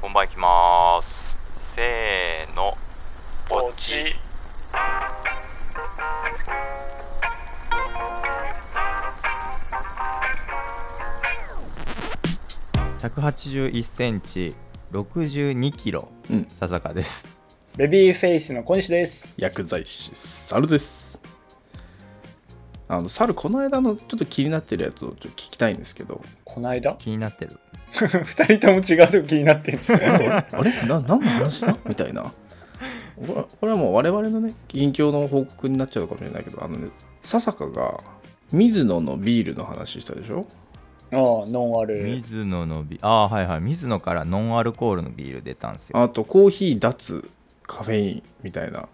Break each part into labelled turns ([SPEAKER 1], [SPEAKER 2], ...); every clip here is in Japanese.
[SPEAKER 1] 本番いきまーすせーの
[SPEAKER 2] ポチ
[SPEAKER 1] 181センチ62キロ
[SPEAKER 3] うん
[SPEAKER 1] 佐坂です
[SPEAKER 2] ベビーフェイスの小西です
[SPEAKER 3] 薬剤師猿ですあの猿この間のちょっと気になってるやつをちょっと聞きたいんです けど
[SPEAKER 2] この間
[SPEAKER 1] 気になってる
[SPEAKER 2] 二人とも違うとこ気になってんじ ゃん
[SPEAKER 3] あれあれな何の話だみたいなこれこれはもう我々のね近況の報告になっちゃうかもしれないけどあのね佐坂が水野のビールの話したでしょ
[SPEAKER 2] ああノンアル
[SPEAKER 1] 水野のビああはいはい水野からノンアルコールのビール出たんですよ
[SPEAKER 3] あとコーヒー脱カフェインみたいな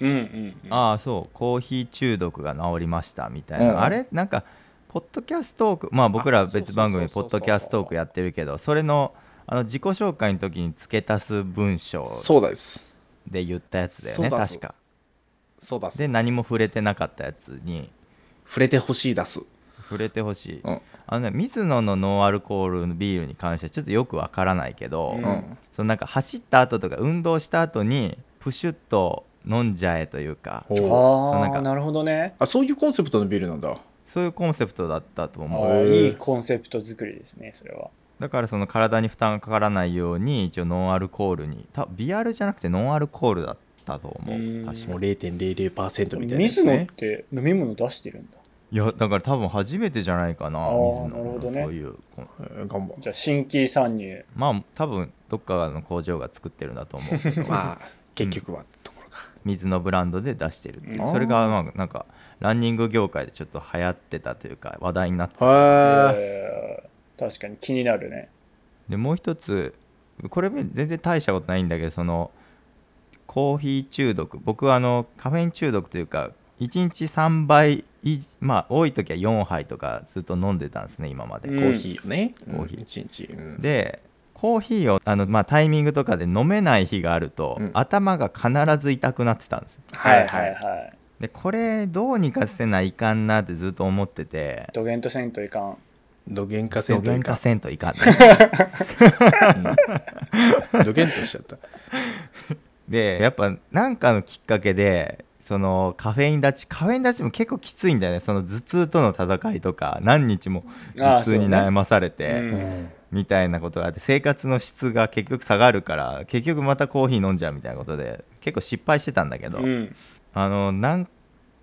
[SPEAKER 2] うんうんうん
[SPEAKER 1] ああそうコーヒー中毒が治りましたみたいな、
[SPEAKER 3] うん
[SPEAKER 1] あれなんかポッドキャストトークまあ僕ら
[SPEAKER 3] あそうそう
[SPEAKER 1] 別番組
[SPEAKER 3] そ
[SPEAKER 1] ポ
[SPEAKER 3] う
[SPEAKER 1] ッ
[SPEAKER 3] そう
[SPEAKER 1] ドキャストトークやってるけどそれのあの自己紹介の時に付け足す文章
[SPEAKER 3] そうだです
[SPEAKER 1] で言ったやつだよ
[SPEAKER 3] そ
[SPEAKER 1] ね
[SPEAKER 3] うだそ
[SPEAKER 1] 確
[SPEAKER 3] う
[SPEAKER 1] か
[SPEAKER 3] そうだす
[SPEAKER 1] で何も触れてなかったやつに
[SPEAKER 3] 触れてほしいだす
[SPEAKER 1] 触れてほしい、
[SPEAKER 3] うん
[SPEAKER 1] あのね水野のノンアルコールのビールに関してはちょっとよくわからないけど、
[SPEAKER 2] うん
[SPEAKER 3] うん
[SPEAKER 1] そのなんか走った後とか運動した後にプシュッと飲んじゃえというか
[SPEAKER 3] ほう
[SPEAKER 2] あ
[SPEAKER 1] うな
[SPEAKER 2] あ
[SPEAKER 1] んか
[SPEAKER 2] なるほどね
[SPEAKER 3] あそういうコンセプトのビールなんだ
[SPEAKER 1] そういうコンセプトだったと
[SPEAKER 2] あ
[SPEAKER 1] 思う
[SPEAKER 2] あ
[SPEAKER 3] へえ
[SPEAKER 2] いいコンセプト作りですねそれは
[SPEAKER 1] だからその体に負担がかからないように一応ノンアルコールにたビアルじゃなくてノンアルコールだったと思
[SPEAKER 2] う
[SPEAKER 1] うん確か
[SPEAKER 3] もう0.00%みたいなやつ
[SPEAKER 2] 水野っ
[SPEAKER 3] ね
[SPEAKER 2] て飲み物出してるんだ
[SPEAKER 1] いやだから多分初めてじゃないかな
[SPEAKER 2] あ
[SPEAKER 1] 水
[SPEAKER 2] ー
[SPEAKER 1] 野
[SPEAKER 2] なるほ
[SPEAKER 1] の
[SPEAKER 2] どね
[SPEAKER 1] そういうこう
[SPEAKER 3] えー頑張
[SPEAKER 2] じゃあ新規参入
[SPEAKER 1] まあ多分どっかの工場が作ってるんだと思うけど
[SPEAKER 3] まあ結局はってところか、
[SPEAKER 1] 水のブランドで出してるっていう
[SPEAKER 2] うん
[SPEAKER 1] それがまあなんかランニング業界でちょっと流行ってたというか話題になってた
[SPEAKER 3] は
[SPEAKER 2] えー確かに気になるね
[SPEAKER 1] でもう一つこれ全然大したことないんだけどそのコーヒー中毒僕はあのカフェイン中毒というか1日3杯以まあ多い時は4杯とかずっと飲んでたんですね今まで、
[SPEAKER 2] うん
[SPEAKER 3] コーヒーよね、
[SPEAKER 1] コーヒー
[SPEAKER 3] 一日、うん
[SPEAKER 1] でコーヒーをあの、まあ、タイミングとかで飲めない日があると、
[SPEAKER 3] うん
[SPEAKER 1] 頭が必ず痛くなってたんですよ
[SPEAKER 3] はいはい
[SPEAKER 2] はい
[SPEAKER 1] でこれどうにかせないかんなってずっと思ってて
[SPEAKER 2] ドゲンとせんといかん
[SPEAKER 3] どげんかせ
[SPEAKER 1] ど
[SPEAKER 3] んと
[SPEAKER 1] げ
[SPEAKER 3] い
[SPEAKER 1] んか
[SPEAKER 3] か
[SPEAKER 1] せんといかん ね
[SPEAKER 3] うんどげんとしちゃった
[SPEAKER 1] でやっぱなんかのきっかけでそのカフェイン立ちカフェイン立ちも結構きついんだよねその頭痛との戦いとか何日も
[SPEAKER 2] あ
[SPEAKER 1] 頭
[SPEAKER 2] あそ
[SPEAKER 1] 痛
[SPEAKER 2] うね
[SPEAKER 1] に悩まされて、
[SPEAKER 2] うん
[SPEAKER 1] みたいなことがあって生活の質が結局下がるから結局またコーヒー飲んじゃうみたいなことで結構失敗してたんだけど、
[SPEAKER 2] うん
[SPEAKER 1] あの何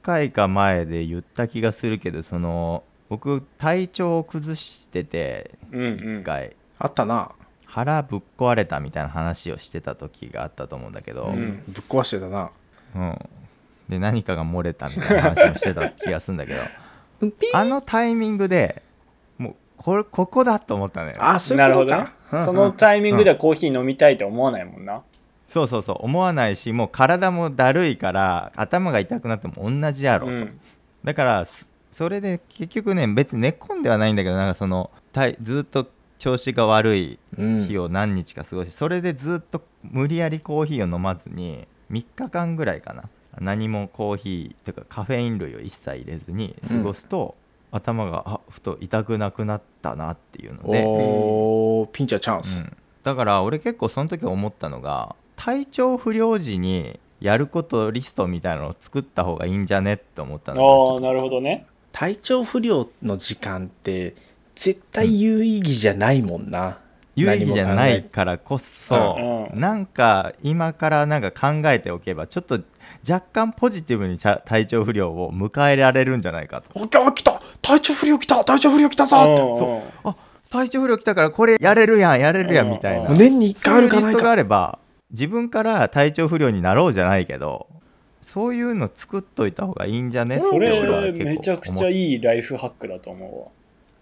[SPEAKER 1] 回か前で言った気がするけどその僕体調を崩してて
[SPEAKER 2] うんうん
[SPEAKER 1] 一回
[SPEAKER 3] あったな、
[SPEAKER 1] 腹ぶっ壊れたみたいな話をしてた時があったと思うんだけど、
[SPEAKER 2] うん
[SPEAKER 3] ぶっ壊してたな
[SPEAKER 1] うん、で何かが漏れたみたいな話もしてた気がするんだけど
[SPEAKER 3] うんピー
[SPEAKER 1] あのタイミングでもうこれここだと思ったのよ
[SPEAKER 3] あそうい
[SPEAKER 2] な
[SPEAKER 3] う
[SPEAKER 2] る
[SPEAKER 3] こ
[SPEAKER 2] ほ
[SPEAKER 3] と
[SPEAKER 2] ど
[SPEAKER 3] か
[SPEAKER 2] ね、そのタイミングではコーヒー飲みたいと思わないもんな
[SPEAKER 1] そうそうそう思わないしもう体もだるいから頭が痛くなっても同じやろ、
[SPEAKER 2] うん
[SPEAKER 1] だからそそれで結局ね別に寝込んではないんだけどなんかその体ずっと調子が悪い
[SPEAKER 3] うん
[SPEAKER 1] 日を何日か過ごし、それでずっと無理やりコーヒーを飲まずに3日間ぐらいかな何もコーヒーとかカフェイン類を一切入れずに過ごすと、頭があふと痛くなくなったなっていうので、う
[SPEAKER 3] おーピンチャーチャンス、
[SPEAKER 1] ん、だから俺結構その時思ったのが体調不良時にやることリストみたいなのを作った方がいいんじゃねって思ったのがち
[SPEAKER 2] あ
[SPEAKER 1] ょ
[SPEAKER 2] あ
[SPEAKER 1] っ
[SPEAKER 2] なるほどね
[SPEAKER 3] 体調不良の時間って絶対有意義じゃないもんな、
[SPEAKER 1] 有意義じゃないからこそ、
[SPEAKER 2] うん
[SPEAKER 1] なんか今からなんか考えておけばちょっと若干ポジティブにちゃ体調不良を迎えられるんじゃないかと
[SPEAKER 3] おきゃ来た体調不良来た体調不良来た
[SPEAKER 2] う
[SPEAKER 3] ぞ
[SPEAKER 2] ん
[SPEAKER 3] って
[SPEAKER 2] うん
[SPEAKER 1] あ体調不良来たからこれやれるやんやれるや
[SPEAKER 2] うんん
[SPEAKER 1] みたいな、
[SPEAKER 3] もう年に1回あるか
[SPEAKER 1] そうい
[SPEAKER 3] な
[SPEAKER 1] う
[SPEAKER 3] い
[SPEAKER 1] リスト
[SPEAKER 3] か
[SPEAKER 1] があれば自分から体調不良になろうじゃないけどそういうの作っといた方がいいんじゃねって
[SPEAKER 2] そ
[SPEAKER 1] 俺は
[SPEAKER 2] れ
[SPEAKER 1] 結構
[SPEAKER 2] めちゃく
[SPEAKER 1] 思っ
[SPEAKER 2] ちゃいいライフハックだと思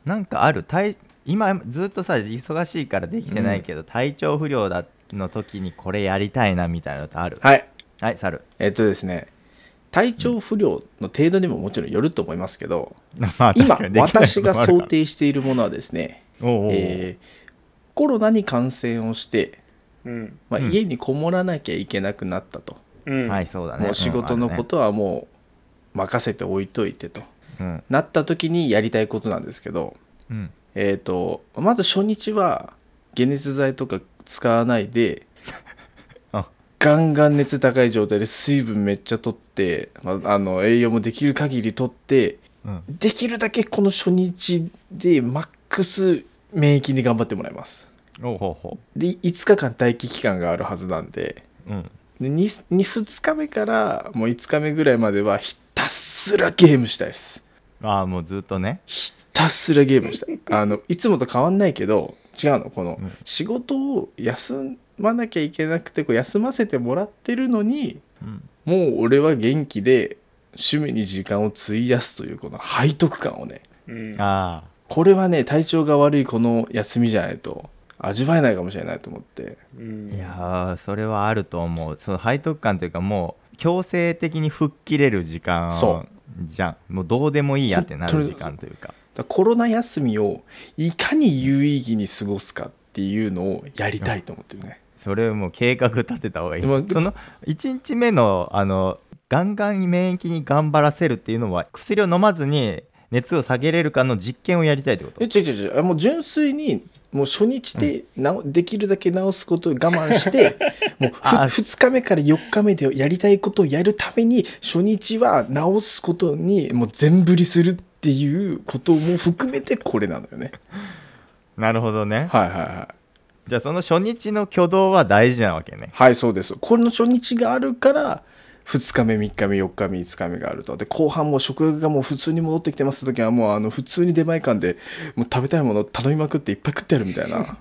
[SPEAKER 1] なんかある体今ずっとさ忙しいからできてないけど、体調不良だの時にこれやりたいなみたいなのってある
[SPEAKER 3] はい
[SPEAKER 1] はい猿
[SPEAKER 3] えっとですね体調不良の程度にももちろんよると思いますけど、
[SPEAKER 1] まあ確
[SPEAKER 3] 今
[SPEAKER 1] かにできない
[SPEAKER 3] 私が
[SPEAKER 1] ことも
[SPEAKER 3] 想
[SPEAKER 1] あるか
[SPEAKER 3] 定しているものはですね、
[SPEAKER 1] ら おうおう
[SPEAKER 3] えーコロナに感染をして、
[SPEAKER 2] ううん
[SPEAKER 3] まあ、
[SPEAKER 1] うん
[SPEAKER 3] 家にこもらなきゃいけなくなったと、
[SPEAKER 2] うん
[SPEAKER 1] はいそうだね
[SPEAKER 3] もう仕事のこ、とはもう任せて置いといてと
[SPEAKER 1] うんあるね
[SPEAKER 3] なった時にやりたいことなんですけど、
[SPEAKER 1] うんうん
[SPEAKER 3] えー、とまず初日は解熱剤とか使わないで
[SPEAKER 1] あ
[SPEAKER 3] ガンガン熱高い状態で水分めっちゃ取って、まあ、あの栄養もできる限り取って
[SPEAKER 1] うん、
[SPEAKER 3] できるだけこの初日でマックス免疫に頑張ってもらいます
[SPEAKER 1] おうほうほ
[SPEAKER 3] で5日間待機期間があるはずなんで
[SPEAKER 1] う、うん、
[SPEAKER 3] で 2, 2日目からもう5日目ぐらいまではひたすらゲームしたいです
[SPEAKER 1] ああもうずっとね
[SPEAKER 3] ひたすらゲームしたいあのいつもと変わんないけど違うのこの
[SPEAKER 1] うん
[SPEAKER 3] 仕事を休まなきゃいけなくてこう休ませてもらってるのに
[SPEAKER 1] うん
[SPEAKER 3] もう俺は元気で趣味に時間を費やすというこの背徳感をね
[SPEAKER 2] うん。
[SPEAKER 1] あ
[SPEAKER 3] これはね体調が悪いこの休みじゃないと味わえないかもしれないと思って
[SPEAKER 2] うん
[SPEAKER 1] あいやーそれはあると思うその背徳感というかもう強制的に吹っ切れる時間
[SPEAKER 3] そ
[SPEAKER 1] じゃんもうどうでもいいやってなる時間というか
[SPEAKER 3] だからコロナ休みをいかに有意義に過ごすかっていうのをやりたいと思ってるね、
[SPEAKER 1] それをもう計画立てた方がいい
[SPEAKER 3] でも
[SPEAKER 1] その1日目のあのガンガン免疫に頑張らせるっていうのは薬を飲まずに熱を下げれるかの実験をやりたいってこと
[SPEAKER 3] え違う違う違うもう純粋にもう初日でなおできるだけ治すことを我慢して もう
[SPEAKER 1] あ
[SPEAKER 3] 2日目から4日目でやりたいことをやるために初日は治すことにもう全振りするっていうことも含めてこれなのよね
[SPEAKER 1] なるほどね
[SPEAKER 3] はいはいはい
[SPEAKER 1] じゃあその初日の挙動は大事なわけね
[SPEAKER 3] はいそうですこの初日があるから2日目3日目4日目5日目があるとで後半も食欲がもう普通に戻ってきてますって時はもうあの普通に出前館でもう食べたいもの頼みまくっていっぱい食ってやるみたいな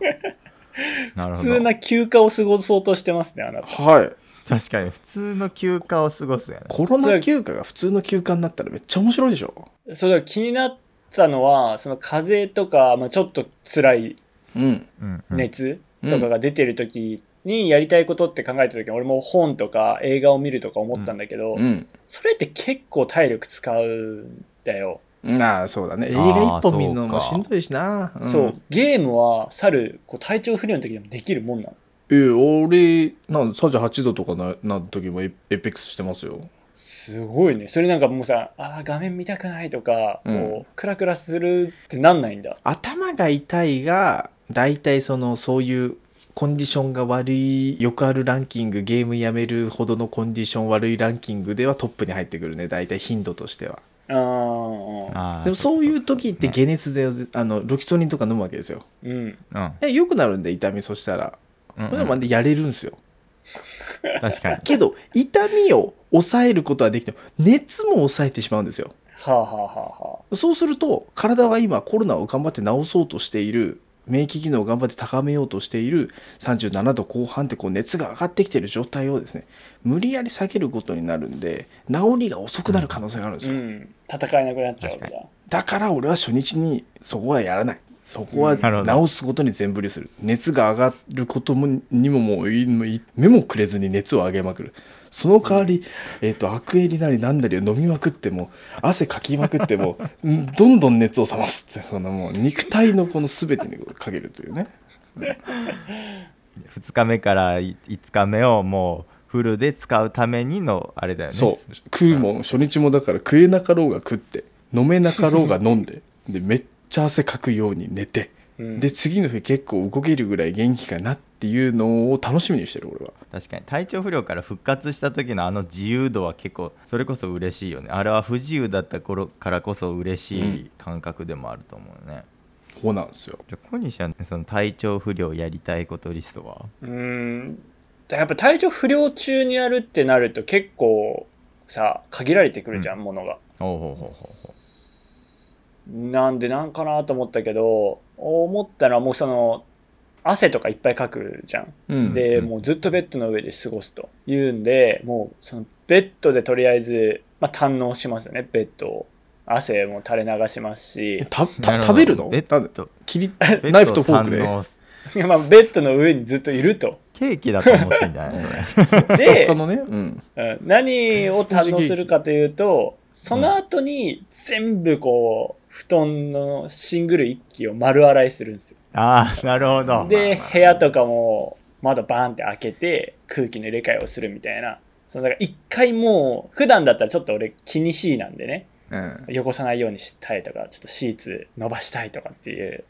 [SPEAKER 1] なるほ
[SPEAKER 2] 普
[SPEAKER 1] ど
[SPEAKER 2] 通な休暇を過ごそうとしてますね、あなた。
[SPEAKER 3] はい
[SPEAKER 1] 確かに普通の休暇を過ごすやね
[SPEAKER 3] コロナ休暇が普通の休暇になったらめっちゃ面白いでしょ
[SPEAKER 2] それが気になったのは、その風邪とか、まあ、ちょっと辛い
[SPEAKER 3] うん
[SPEAKER 1] うんうん
[SPEAKER 2] 熱とかが出てる時にやりたいことって考えた時に、俺も本とか映画を見るとか思ったんだけど、
[SPEAKER 3] うん
[SPEAKER 2] それって結構体力使うんだよ。
[SPEAKER 3] ああそうだね映画
[SPEAKER 1] あー
[SPEAKER 3] 一本見るの
[SPEAKER 1] そ
[SPEAKER 3] も
[SPEAKER 1] う
[SPEAKER 3] し
[SPEAKER 1] か
[SPEAKER 3] んどいしな、ん
[SPEAKER 2] そう、ゲームは去るこう体調不良の時でもできるもんなの。
[SPEAKER 3] えー、俺なん38度とかなな時もエエペックスしてますよ
[SPEAKER 2] すごいね。それなんかもうさ、ああ、画面見たくないとか、
[SPEAKER 3] うん
[SPEAKER 2] もう、クラクラするってなんないんだ。
[SPEAKER 3] 頭が痛いが大体そのそういうコンディションが悪いよくあるランキングゲームやめるほどのコンディション悪いランキングではトップに入ってくるね大体頻度としては
[SPEAKER 2] ああ、
[SPEAKER 1] あー
[SPEAKER 3] でもそういう時って
[SPEAKER 1] ね
[SPEAKER 3] 解熱で、あのロキソニンとか飲むわけですよ
[SPEAKER 2] うん。
[SPEAKER 1] うん
[SPEAKER 3] で良くなるんで痛みそしたら
[SPEAKER 1] うん
[SPEAKER 3] それ
[SPEAKER 1] う
[SPEAKER 3] ま
[SPEAKER 1] ん、
[SPEAKER 3] でやれるんですよ
[SPEAKER 1] 確かに
[SPEAKER 3] けど痛みを抑えることはできても熱も抑えてしまうんですよ
[SPEAKER 2] はあはあはあは
[SPEAKER 3] そうすると体は今コロナを頑張って治そうとしている免疫機能を頑張って高めようとしている37度後半ってこう熱が上がってきている状態をですね無理やり下げることになるんで治りが遅くなる可能性があるんで
[SPEAKER 2] あ。う
[SPEAKER 3] すよ、
[SPEAKER 2] ん。戦えなくなっちゃうわけだ。
[SPEAKER 3] だから俺は初日にそこはやらないそこは
[SPEAKER 1] うんなるほど
[SPEAKER 3] 治すことに全振りする熱が上がることもにももういい目もくれずに熱を上げまくるその代わり、えー、とアクエリなりなんなりを飲みまくっても汗かきまくっても うんどんどん熱を冷ますってこのもう肉体のこの全てにかけるというね
[SPEAKER 1] 2日目から5日目をもうフルで使うためにのあれだよね
[SPEAKER 3] そう食うもん初日もだから食えなかろうが食って飲めなかろうが飲んででめっちゃ汗かくように寝て
[SPEAKER 2] うん
[SPEAKER 3] で次の日結構動けるぐらい元気かなっていうのを楽しみにしてる俺は
[SPEAKER 1] 確かに体調不良から復活した時のあの自由度は結構それこそ嬉しいよねあれは不自由だった頃からこそ嬉しい感覚でもあると思うね、
[SPEAKER 3] こうなんですよ
[SPEAKER 1] じゃあ小西はその体調不良やりたいことリストは
[SPEAKER 2] うーんやっぱ体調不良中にやるってなると結構さ限られてくるじゃん、ものが
[SPEAKER 1] おうほうほうほうほ
[SPEAKER 2] なんでなんかなと思ったけど思ったのはもうその汗とかいっぱいかくじゃん
[SPEAKER 3] うん
[SPEAKER 2] で
[SPEAKER 1] うん
[SPEAKER 2] もうずっとベッドの上で過ごすというんでもうそのベッドでとりあえず、まあ、堪能しますよねベッドを汗も垂れ流しますし
[SPEAKER 3] えた
[SPEAKER 1] う
[SPEAKER 3] た食べるの
[SPEAKER 1] ベ
[SPEAKER 3] な
[SPEAKER 1] ッ
[SPEAKER 3] んで
[SPEAKER 1] ド
[SPEAKER 3] 切り
[SPEAKER 1] ベッド
[SPEAKER 3] ナイフとフォーク
[SPEAKER 1] を堪
[SPEAKER 3] で
[SPEAKER 1] 能す
[SPEAKER 2] いやまあベッドの上にずっといる と
[SPEAKER 1] ケーキだと思ってんじゃないそれ
[SPEAKER 2] で
[SPEAKER 3] 他のね、うん、
[SPEAKER 2] うん何を堪能するかというと、その後に全部こう、布団のシングル一機を丸洗いするんですよ。
[SPEAKER 1] ああなるほど
[SPEAKER 2] で、
[SPEAKER 3] まあまあ
[SPEAKER 2] 部屋とかも窓バーンって開けて空気の入れ替えをするみたいな。そのだから一回もう、普段だったらちょっと俺気にしいなんでね、
[SPEAKER 3] うん、
[SPEAKER 2] 汚さないようにしたいとか、ちょっとシーツ伸ばしたいとかっていう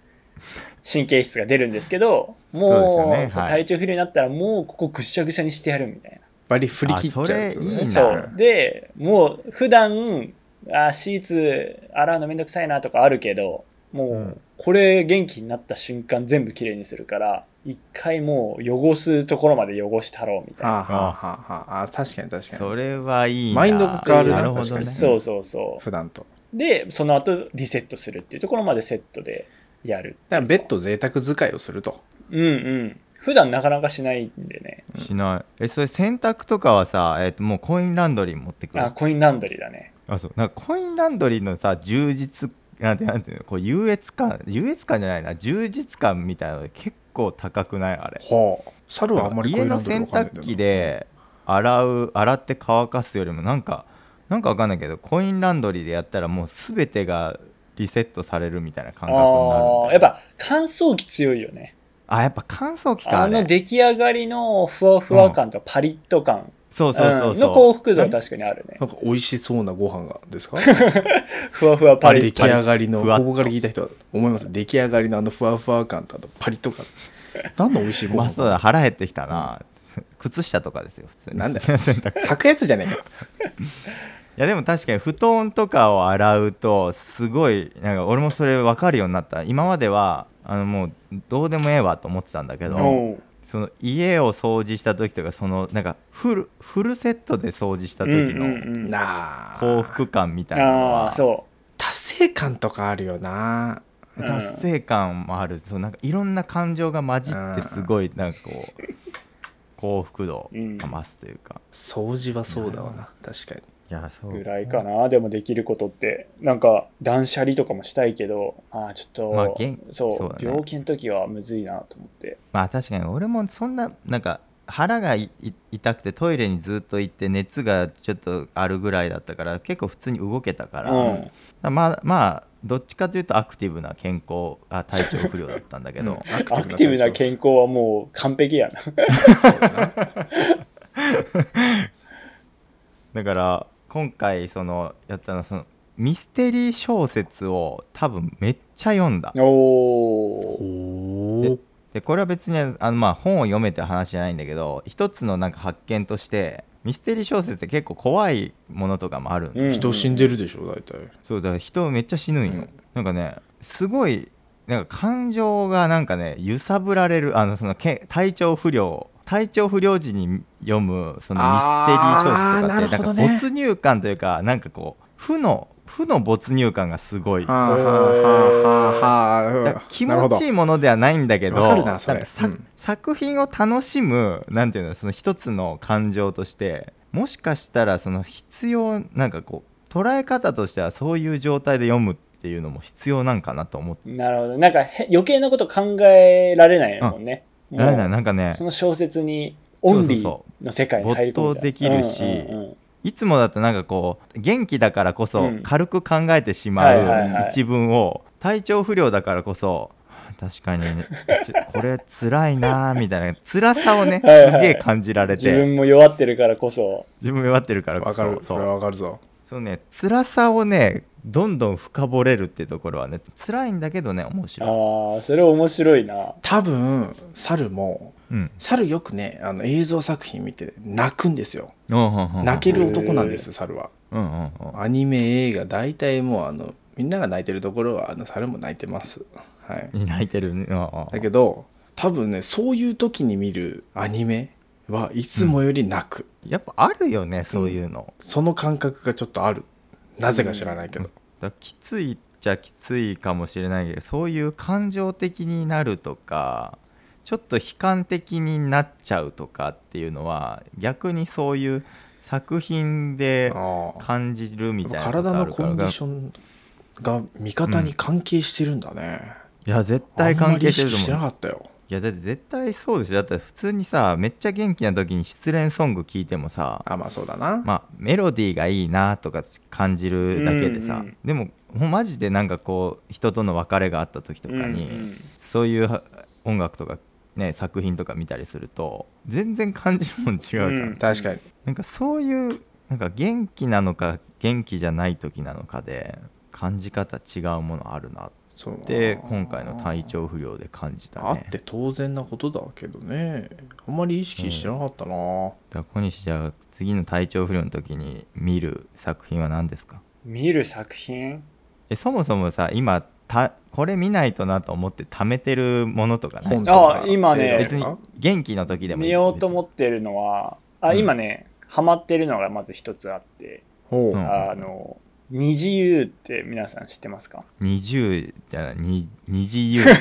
[SPEAKER 2] 神経質が出るんですけ ど、もう、
[SPEAKER 1] そうですよね
[SPEAKER 2] そう
[SPEAKER 1] はい
[SPEAKER 2] 体調不良になったらもうここぐっしゃぐしゃにしてやるみたいな。
[SPEAKER 3] バリ振り切っちゃうってこと
[SPEAKER 1] あそれいい
[SPEAKER 3] ね
[SPEAKER 1] な
[SPEAKER 2] そう。で、もう普段、あーシーツ洗うのめんどくさいなとかあるけど、もう、
[SPEAKER 1] うん
[SPEAKER 2] これ元気になった瞬間全部きれいにするから、一回もう汚すところまで汚したろうみたい
[SPEAKER 3] はあ
[SPEAKER 2] な。
[SPEAKER 3] はあはあはああ確かに確か
[SPEAKER 1] そ
[SPEAKER 3] に
[SPEAKER 1] れはいいな
[SPEAKER 3] マインドが変わる
[SPEAKER 1] な
[SPEAKER 3] な
[SPEAKER 1] るほ
[SPEAKER 3] 確
[SPEAKER 1] ど
[SPEAKER 3] か
[SPEAKER 1] ね
[SPEAKER 3] に
[SPEAKER 2] そうそうそ
[SPEAKER 3] 普段と
[SPEAKER 2] う。で、その後リセットするっていうところまでセットでやる。
[SPEAKER 3] だからベッド贅沢使いをすると
[SPEAKER 2] うんうん。普段なかなかしないんでね。
[SPEAKER 1] しないえそれ洗濯とかはさ、えっともうコインランドリー持ってくる
[SPEAKER 2] あ、コインランドリーだね。
[SPEAKER 1] あそうなんかコインランドリーのさ充実なんてなんていうのこう優越感優越感じゃないな充実感みたいなの結構高くないあれ
[SPEAKER 3] はあ猿はあんまりこう
[SPEAKER 1] 家
[SPEAKER 3] いう
[SPEAKER 1] の
[SPEAKER 3] ドル
[SPEAKER 1] 洗
[SPEAKER 3] わかんないんだ
[SPEAKER 1] 濯
[SPEAKER 3] よな
[SPEAKER 1] 機で洗う洗って乾かすよりもなんかなんかわかんないけどコインランドリーでやったらもう全てがリセットされるみたいな感覚になるんだよ
[SPEAKER 2] ああ、やっぱ乾燥機強いよね。
[SPEAKER 1] あやっぱ乾燥機か
[SPEAKER 2] あ
[SPEAKER 1] あれ
[SPEAKER 2] の出来上がりのふわふわ感とパリッと感
[SPEAKER 1] そうそうそうそう、
[SPEAKER 2] うんの幸福度は確かにあるね。
[SPEAKER 3] なんか美味しそうなご飯がですか
[SPEAKER 2] ふわふわパリ
[SPEAKER 3] 出
[SPEAKER 2] ッ
[SPEAKER 3] 来上がりの
[SPEAKER 1] ふわっと
[SPEAKER 3] ここから聞いた人は思います出来上がりのあのふわふわ感とあとパリッと感何の美味しいうご
[SPEAKER 1] ま
[SPEAKER 3] 飯
[SPEAKER 1] そうだ腹減ってきたな、 靴下とかですよ普通に
[SPEAKER 3] なん だ
[SPEAKER 1] 洗濯
[SPEAKER 3] 履くやつじゃねえか
[SPEAKER 1] いやでも確かに布団とかを洗うとすごいなんか俺もそれ分かるようになった今まではあのもうどうでもええわと思ってたんだけど、
[SPEAKER 2] おう
[SPEAKER 1] その家を掃除した時とかそのなんかフルフルセットで掃除した
[SPEAKER 2] うん
[SPEAKER 1] 時
[SPEAKER 2] うん
[SPEAKER 1] の
[SPEAKER 2] うん
[SPEAKER 3] なあ
[SPEAKER 1] 幸福感みたいなの
[SPEAKER 2] あ
[SPEAKER 1] は
[SPEAKER 2] あ、そ
[SPEAKER 3] 達成感とかあるよな
[SPEAKER 2] う。うん
[SPEAKER 1] 達成感もあるそうなんかいろんな感情が混じってすごいなんかこう幸福度が増すというか、
[SPEAKER 3] 掃除はそうだわな確かに
[SPEAKER 1] いやそう
[SPEAKER 2] ぐらいかな。でもできることって。なんか、断捨離とかもしたいけど、ああ、ちょっと、
[SPEAKER 1] まあげん
[SPEAKER 2] そう
[SPEAKER 1] そうだね
[SPEAKER 2] 病気の時はむずいなと思って。
[SPEAKER 1] まあ確かに俺もそんななんか腹がいい痛くてトイレにずっと行って熱がちょっとあるぐらいだったから結構普通に動けたから,、
[SPEAKER 2] うん
[SPEAKER 1] まあまあどっちかというとアクティブな健康あ体調不良だったんだけど、
[SPEAKER 3] アク
[SPEAKER 2] アクティブな健康はもう完璧やな。
[SPEAKER 1] だから今回そのやったのはそのミステリー小説を多分めっちゃ読んだ
[SPEAKER 2] おー
[SPEAKER 3] おお
[SPEAKER 1] でこれは別にあのまあ本を読めって話じゃないんだけど一つのなんか発見としてミステリー小説って結構怖いものとかもあるんで
[SPEAKER 2] うん
[SPEAKER 3] 人死んでるでしょ大体
[SPEAKER 1] そうだから人めっちゃ死ぬんよ、
[SPEAKER 3] うん
[SPEAKER 1] なんかねすごいなんか感情がなんかね揺さぶられるあのそのけ体調不良体調不良時に読むそのミステリー小説とか
[SPEAKER 3] あーな
[SPEAKER 1] っ
[SPEAKER 3] る
[SPEAKER 1] てな
[SPEAKER 3] ほど
[SPEAKER 1] ん
[SPEAKER 3] ね
[SPEAKER 1] か没入感というかなんかこう負の負の没入感がすごいだか
[SPEAKER 3] はあはあはあはあ
[SPEAKER 1] ら気持ちいいものではないんだけど
[SPEAKER 3] わかるなそれ
[SPEAKER 1] んかさ
[SPEAKER 3] うん
[SPEAKER 1] 作品を楽しむなんていうのその一つの感情としてもしかしたらその必要なんかこう捉え方としてはそういう状態で読むっていうのも必要なんかなと思って
[SPEAKER 2] なるほど。なんかへ余計なこと考えられないもんね。も
[SPEAKER 1] なん
[SPEAKER 2] う
[SPEAKER 1] かなんかね
[SPEAKER 2] その小説にオンリーの世界に入り込ん
[SPEAKER 1] 没頭できるしいつもだとなんかこう元気だからこ
[SPEAKER 2] う
[SPEAKER 1] そ
[SPEAKER 2] ん
[SPEAKER 1] 軽く考えてしま
[SPEAKER 2] はいはいは
[SPEAKER 1] う
[SPEAKER 2] い
[SPEAKER 1] 一文を体調不良だからこそ確かにちょこれ辛いなーみたいな辛さをねす
[SPEAKER 2] はいはい
[SPEAKER 1] げえ感じられ
[SPEAKER 2] 自
[SPEAKER 1] て
[SPEAKER 2] 分も弱ってるからこそ、
[SPEAKER 1] 自分弱ってるからこ
[SPEAKER 3] わ
[SPEAKER 1] そ
[SPEAKER 3] かる
[SPEAKER 1] そ
[SPEAKER 3] そうれはわかるぞ
[SPEAKER 1] そのね辛さをねどんどん深掘れるってところはね辛いんだけどね面白い、
[SPEAKER 2] ああ、それ面白いな。
[SPEAKER 3] 多分猿も
[SPEAKER 1] うん、
[SPEAKER 3] 猿よくねあの映像作品見て泣くんですよ泣
[SPEAKER 1] 泣
[SPEAKER 3] ける男なんです猿は
[SPEAKER 1] うんうんうん
[SPEAKER 3] アニメ映画大体もうあのみんなが泣いてるところはあの猿も泣いてますはい
[SPEAKER 1] うん泣いてるねうんうん
[SPEAKER 3] だけど多分ねそういう時に見るアニメはいつもより泣く、
[SPEAKER 1] やっぱあるよねそういうの、
[SPEAKER 3] その感覚がちょっとあるなぜか知らないけど、
[SPEAKER 1] だからきついっちゃきついかもしれないけどそういう感情的になるとかちょっと悲観的になっちゃうとかっていうのは逆にそういう作品で
[SPEAKER 3] ああ
[SPEAKER 1] 感じるみたいなと
[SPEAKER 3] 体
[SPEAKER 1] があ
[SPEAKER 3] の
[SPEAKER 1] る
[SPEAKER 3] コ
[SPEAKER 1] から
[SPEAKER 3] ンディションが味方に関係してるんだね、
[SPEAKER 1] いや絶
[SPEAKER 3] あ
[SPEAKER 1] 対
[SPEAKER 3] んま
[SPEAKER 1] 関
[SPEAKER 3] り
[SPEAKER 1] 係
[SPEAKER 3] 意
[SPEAKER 1] して
[SPEAKER 3] 識
[SPEAKER 1] ると
[SPEAKER 3] して
[SPEAKER 1] 思う
[SPEAKER 3] なかったよ
[SPEAKER 1] いやだって絶対そうでしょだって普通にさめっちゃ元気な時に失恋ソング聞いてもさ
[SPEAKER 3] あまあそうだな、
[SPEAKER 1] まあメロディーがいいなとか感じるだけでさ、
[SPEAKER 2] うんうん
[SPEAKER 1] でももうマジでなんかこう人との別れがあった時とかに、
[SPEAKER 2] うんうん
[SPEAKER 1] そういうは音楽とか、ね、作品とか見たりすると全然感じるもん違うから、
[SPEAKER 2] うん
[SPEAKER 3] 確かに
[SPEAKER 1] なんかそういうなんか元気なのか元気じゃない時なのかで感じ方違うものあるな
[SPEAKER 3] そう
[SPEAKER 1] て今回の体調不良で感じた
[SPEAKER 3] あっ
[SPEAKER 1] ね
[SPEAKER 3] て当然なことだけどねあんまり意識してなかったな、
[SPEAKER 1] じゃあ小西じゃあ次の体調不良の時に見る作品は何ですか
[SPEAKER 2] 見る作品
[SPEAKER 1] えそもそもさ今たこれ見ないとなと思って貯めてるものとかね
[SPEAKER 3] 本とか
[SPEAKER 2] あ今ね
[SPEAKER 3] 映画
[SPEAKER 1] 別に元気の時でもいい
[SPEAKER 2] 見ようと思ってるのは、あ、
[SPEAKER 1] うん
[SPEAKER 2] 今ね、ハマってるのがまず一つあって、
[SPEAKER 3] ほう、
[SPEAKER 1] うん
[SPEAKER 2] あの、二次優って皆さん知ってますか
[SPEAKER 1] 20じゃないに二次 優は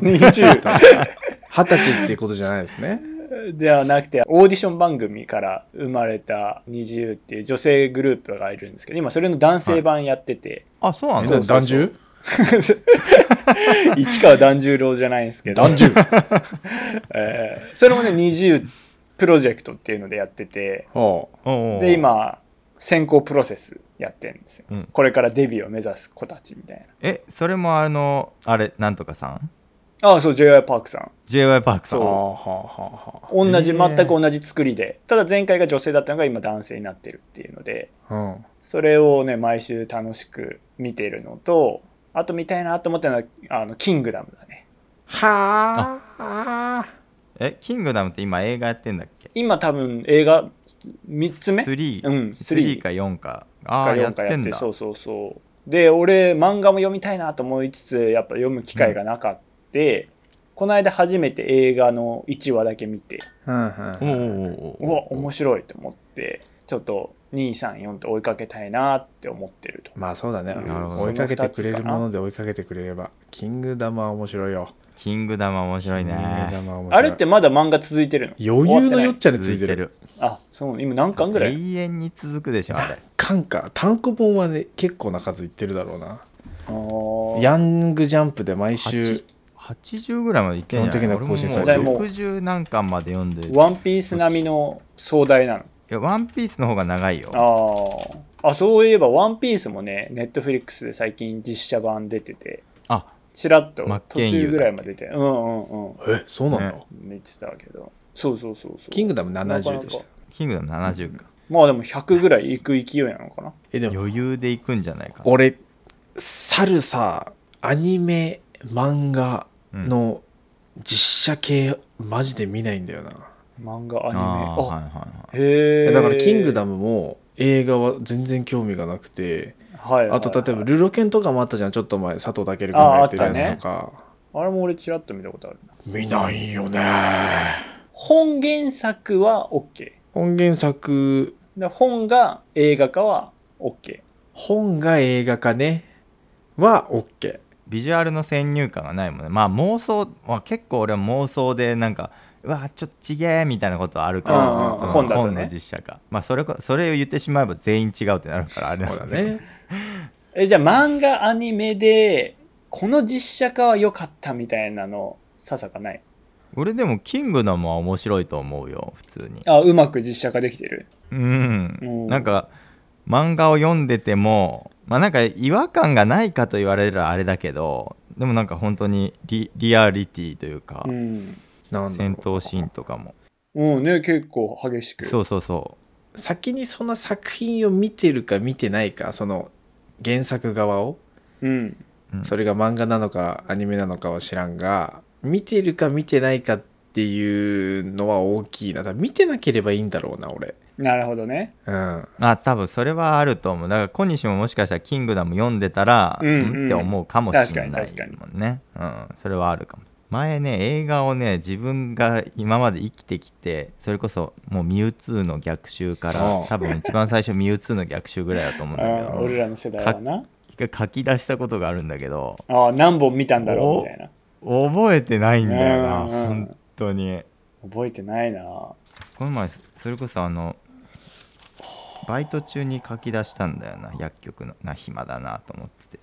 [SPEAKER 2] 二十
[SPEAKER 3] 二十歳ってことじゃないですね
[SPEAKER 2] ではなくて、オーディション番組から生まれた二次優っていう女性グループがいるんですけど、今それの男性版やって て、
[SPEAKER 1] あそうな
[SPEAKER 3] え
[SPEAKER 1] の
[SPEAKER 2] そうそう
[SPEAKER 3] 男獣
[SPEAKER 2] 市川團十郎じゃないんですけど、
[SPEAKER 3] 男 獣
[SPEAKER 2] えーそれもね、二次優プロジェクトっていうのでやってて、
[SPEAKER 3] ほう
[SPEAKER 1] おうおう
[SPEAKER 2] で、今、選考プロセスやってるんですよ。
[SPEAKER 1] うん
[SPEAKER 2] これからデビューを目指す子たちみたい
[SPEAKER 1] えそれもあのあれなんとかさん
[SPEAKER 2] な。ああ、そう、j y パークさん。
[SPEAKER 1] j y パークさん
[SPEAKER 3] は
[SPEAKER 2] そう
[SPEAKER 3] あはあは
[SPEAKER 2] 同じ、
[SPEAKER 1] えー
[SPEAKER 2] 全く同じ作りでただ前回が女性だったのが今男性になってるっていうので
[SPEAKER 3] あはあうん
[SPEAKER 2] それをね毎週楽しく見てるのとあと見たいなと思ったのはあの「キングダム」だね
[SPEAKER 3] はあ
[SPEAKER 1] えキングダムって今映画やってんだっけ
[SPEAKER 2] 今多分映画3つ目
[SPEAKER 1] ?3
[SPEAKER 2] うん3
[SPEAKER 1] 3か4かああ
[SPEAKER 2] か
[SPEAKER 1] や
[SPEAKER 2] 4
[SPEAKER 1] っ
[SPEAKER 2] かや
[SPEAKER 1] て
[SPEAKER 2] っ
[SPEAKER 1] ん
[SPEAKER 2] て
[SPEAKER 1] だ
[SPEAKER 2] そうそうそうで俺漫画も読みたいなと思いつつやっぱ読む機会がなかった、この間初めて映画の1話だけ見て
[SPEAKER 3] うん
[SPEAKER 1] お
[SPEAKER 3] う
[SPEAKER 1] うんおうおう
[SPEAKER 2] う
[SPEAKER 1] お
[SPEAKER 2] わ面白いと思ってちょっと234って追いかけたいなって思ってると
[SPEAKER 3] まあそうだね
[SPEAKER 1] なるほど
[SPEAKER 3] 追いかけてくれる
[SPEAKER 2] その二つかな
[SPEAKER 3] もので追いかけてくれればキングダムは面白いよ
[SPEAKER 1] キングダム面白い
[SPEAKER 3] キング
[SPEAKER 1] ね
[SPEAKER 3] ダムは面白い
[SPEAKER 2] あれってまだ漫画続いてるの
[SPEAKER 3] 余裕のよっちゃでつ
[SPEAKER 1] 続
[SPEAKER 3] い
[SPEAKER 1] い
[SPEAKER 3] て
[SPEAKER 1] て
[SPEAKER 3] る
[SPEAKER 1] る
[SPEAKER 2] あそう今何巻ぐらい
[SPEAKER 1] 永遠に続くでしょあれ
[SPEAKER 3] 缶か単行本はね結構な数いってるだろうな
[SPEAKER 2] あー
[SPEAKER 3] ヤングジャンプで毎週
[SPEAKER 1] 八80ぐらいまでいってんじゃ
[SPEAKER 3] 基
[SPEAKER 1] ない
[SPEAKER 3] 本的な更新
[SPEAKER 1] 俺も
[SPEAKER 2] されてる
[SPEAKER 1] もう60何巻まで読んでるい
[SPEAKER 2] ワンピース並みの壮大な
[SPEAKER 1] やワンピースの方が長いよ
[SPEAKER 2] のあーあそういえばワンピースもねネットフリックスで最近実写版出てて
[SPEAKER 1] あ
[SPEAKER 2] ちらっと
[SPEAKER 1] 真
[SPEAKER 2] 途
[SPEAKER 1] 剣佑だっけ
[SPEAKER 2] 中ぐらいまで出てうんうんうん
[SPEAKER 3] えそうなんだ、
[SPEAKER 1] ね
[SPEAKER 2] 見てたけどそうそうそうそう
[SPEAKER 3] キングダム70でした
[SPEAKER 2] なかなか
[SPEAKER 1] キングダム70か
[SPEAKER 2] まあでも100ぐらい行く勢いなのかな
[SPEAKER 3] えでも
[SPEAKER 1] 余裕でいくんじゃないかな
[SPEAKER 3] 俺猿さアニメ漫画
[SPEAKER 1] うん
[SPEAKER 3] の実写系マジで見ないんだよな、
[SPEAKER 2] 漫画アニメ
[SPEAKER 1] あ
[SPEAKER 2] あ
[SPEAKER 1] ーはいはいはい
[SPEAKER 2] へえ
[SPEAKER 3] だから「キングダ
[SPEAKER 2] ム
[SPEAKER 3] ム」も映画は全然興味がなくて、
[SPEAKER 2] はいはいはい
[SPEAKER 3] あと例えば「ルロケン」とかもあったじゃんちょっと前佐藤健君がやってるやつとか、
[SPEAKER 2] あれも俺ちらっと見たことあるな
[SPEAKER 3] 見ないよね
[SPEAKER 2] 本原作は OK
[SPEAKER 3] 本原作
[SPEAKER 2] で本が映画化は OK
[SPEAKER 3] 本が映画化ねは OK
[SPEAKER 1] ビジュアルの先入観がないもんねまあ妄想は結構俺は妄想でなんかうわちょっとちげえみたいなことはあるけど
[SPEAKER 2] うんうんうん
[SPEAKER 1] その
[SPEAKER 2] 本だとね
[SPEAKER 1] の実写化まあそれこそれを言ってしまえば全員違うってなるからあれな
[SPEAKER 3] そ
[SPEAKER 1] ん
[SPEAKER 3] うだ
[SPEAKER 1] だね
[SPEAKER 3] ね
[SPEAKER 2] えじゃあ漫画アニメでこの実写化は良かったみたいなのささかない
[SPEAKER 1] 俺でも「キングダム」は面白いと思うよ普通に
[SPEAKER 2] あうまく実写化できてる
[SPEAKER 1] うん
[SPEAKER 2] うん
[SPEAKER 1] なんか漫画を読んでてもまあなんか違和感がないかと言われるらあれだけどでもなんか本当にリリアリティというか
[SPEAKER 2] うん、
[SPEAKER 3] なんだろ
[SPEAKER 1] 戦
[SPEAKER 3] う
[SPEAKER 1] 闘シーンとかも
[SPEAKER 2] うん、ね結構激しく
[SPEAKER 1] そうそうそ
[SPEAKER 3] 先にその作品を見てるか見てないかその原作側を
[SPEAKER 2] う、ん、
[SPEAKER 1] う、うん
[SPEAKER 3] それが漫画なのかアニメなのかは知らんが見てるか見てないかっていうのは大きいなだから見てなければいいんだろうな俺
[SPEAKER 2] なるほどね
[SPEAKER 3] うん
[SPEAKER 1] あ多分それはあると思うだから小西ももしかしたら「キングダム」読んでたら、
[SPEAKER 2] うんうん
[SPEAKER 1] って思うかもしれない
[SPEAKER 2] 確かに
[SPEAKER 1] もんね、うん、それはあるかも前ね映画をね自分が今まで生きてきてそれこそもうミュウツーの逆襲か
[SPEAKER 3] あ
[SPEAKER 1] ら
[SPEAKER 3] あ
[SPEAKER 1] 多分一番最初ミュウツーの逆襲ぐらいだと思うん
[SPEAKER 2] あ
[SPEAKER 1] だけ
[SPEAKER 2] ー
[SPEAKER 1] ど
[SPEAKER 2] 俺らの世代はな
[SPEAKER 1] 一回書き出したことがあるんだけど
[SPEAKER 2] あー何本見たんだろうみたいな
[SPEAKER 1] 覚えてないんだよな
[SPEAKER 2] うんうん
[SPEAKER 1] 本当に
[SPEAKER 2] 覚えてないな
[SPEAKER 1] この前それこそあのバイト中に書き出したんだよな薬局のな暇だなと思ってて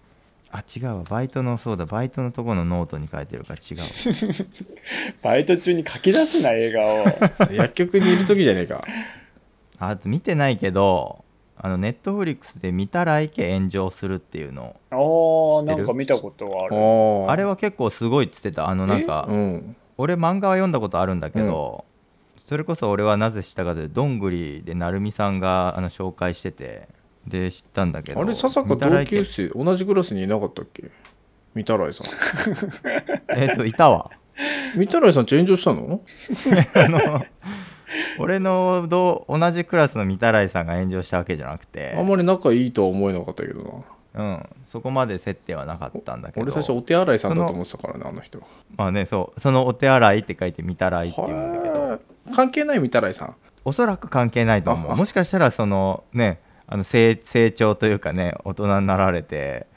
[SPEAKER 1] あ違うわバイトのそうだバイトのとこのノートに書いてるから違うわ
[SPEAKER 2] バイト中に書き出すな映画を
[SPEAKER 3] 薬局にいる時じゃねえか
[SPEAKER 1] ああと見てないけどあのネットフリックスで「見たら池炎上する」っていうの
[SPEAKER 2] ああ
[SPEAKER 1] 知っ
[SPEAKER 2] な
[SPEAKER 1] てる
[SPEAKER 2] んか見たことはある
[SPEAKER 3] おー
[SPEAKER 1] あれは結構すごいっつってたあのなんか
[SPEAKER 3] えうん
[SPEAKER 1] 俺漫画は読んだことあるんだけど、それこそ俺はなぜ知ったかというとどんぐりで成美さんがあの紹介しててで知ったんだけど
[SPEAKER 3] あれささか
[SPEAKER 1] 御手洗
[SPEAKER 3] 同
[SPEAKER 1] 池
[SPEAKER 3] 級生同じクラスにいなかったっけみたらいさん
[SPEAKER 1] えっ、といたわ
[SPEAKER 3] みたらいさんって炎上したの
[SPEAKER 1] あの俺のど同じクラスのみたらいさんが炎上したわけじゃなくて
[SPEAKER 3] あんまり仲いいとは思えなかったけどな
[SPEAKER 1] うん、そこまで接点はなかったんだけど
[SPEAKER 3] 俺最初お手洗いさんだと思ってたからねあの人
[SPEAKER 1] まあねそうそのお手洗いって書いてみたらいって言うんだけど
[SPEAKER 3] はあ関係ないみたらいさん
[SPEAKER 1] おそらく関係ないと思
[SPEAKER 3] ああ
[SPEAKER 1] うもしかしたらそのねあの成成長というかね大人になられ て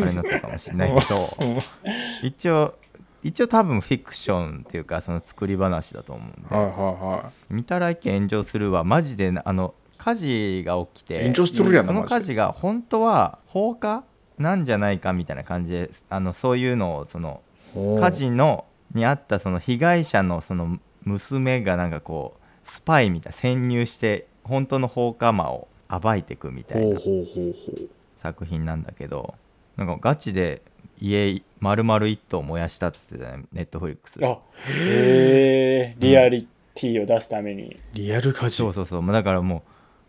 [SPEAKER 1] あれになったかもしれないけど
[SPEAKER 3] うん
[SPEAKER 1] 一応一応多分フィクションっていうかその作り話だと思うんで
[SPEAKER 3] はいは
[SPEAKER 1] 見たらいけ炎上するはマジでなあの火事が起きて
[SPEAKER 3] 炎上しとるやん
[SPEAKER 1] そ
[SPEAKER 3] な
[SPEAKER 1] の
[SPEAKER 3] マジで
[SPEAKER 1] 火事が本当は放火なんじゃないかみたいな感じであのそういうのをその
[SPEAKER 3] いは
[SPEAKER 1] 火
[SPEAKER 3] い
[SPEAKER 1] 事のにあったその被害者のその娘がなんかこうスパイみたいな潜入して本当の放火魔を暴いていくみたい
[SPEAKER 3] ほう
[SPEAKER 1] な
[SPEAKER 3] ほうほうほう
[SPEAKER 1] 作品なんだけどなんかガチで家丸々一棟燃やしたっつってたねネットフリックス
[SPEAKER 2] あへえリアリティを出すために、
[SPEAKER 3] リアル火事
[SPEAKER 1] そうそうそうもうだからもう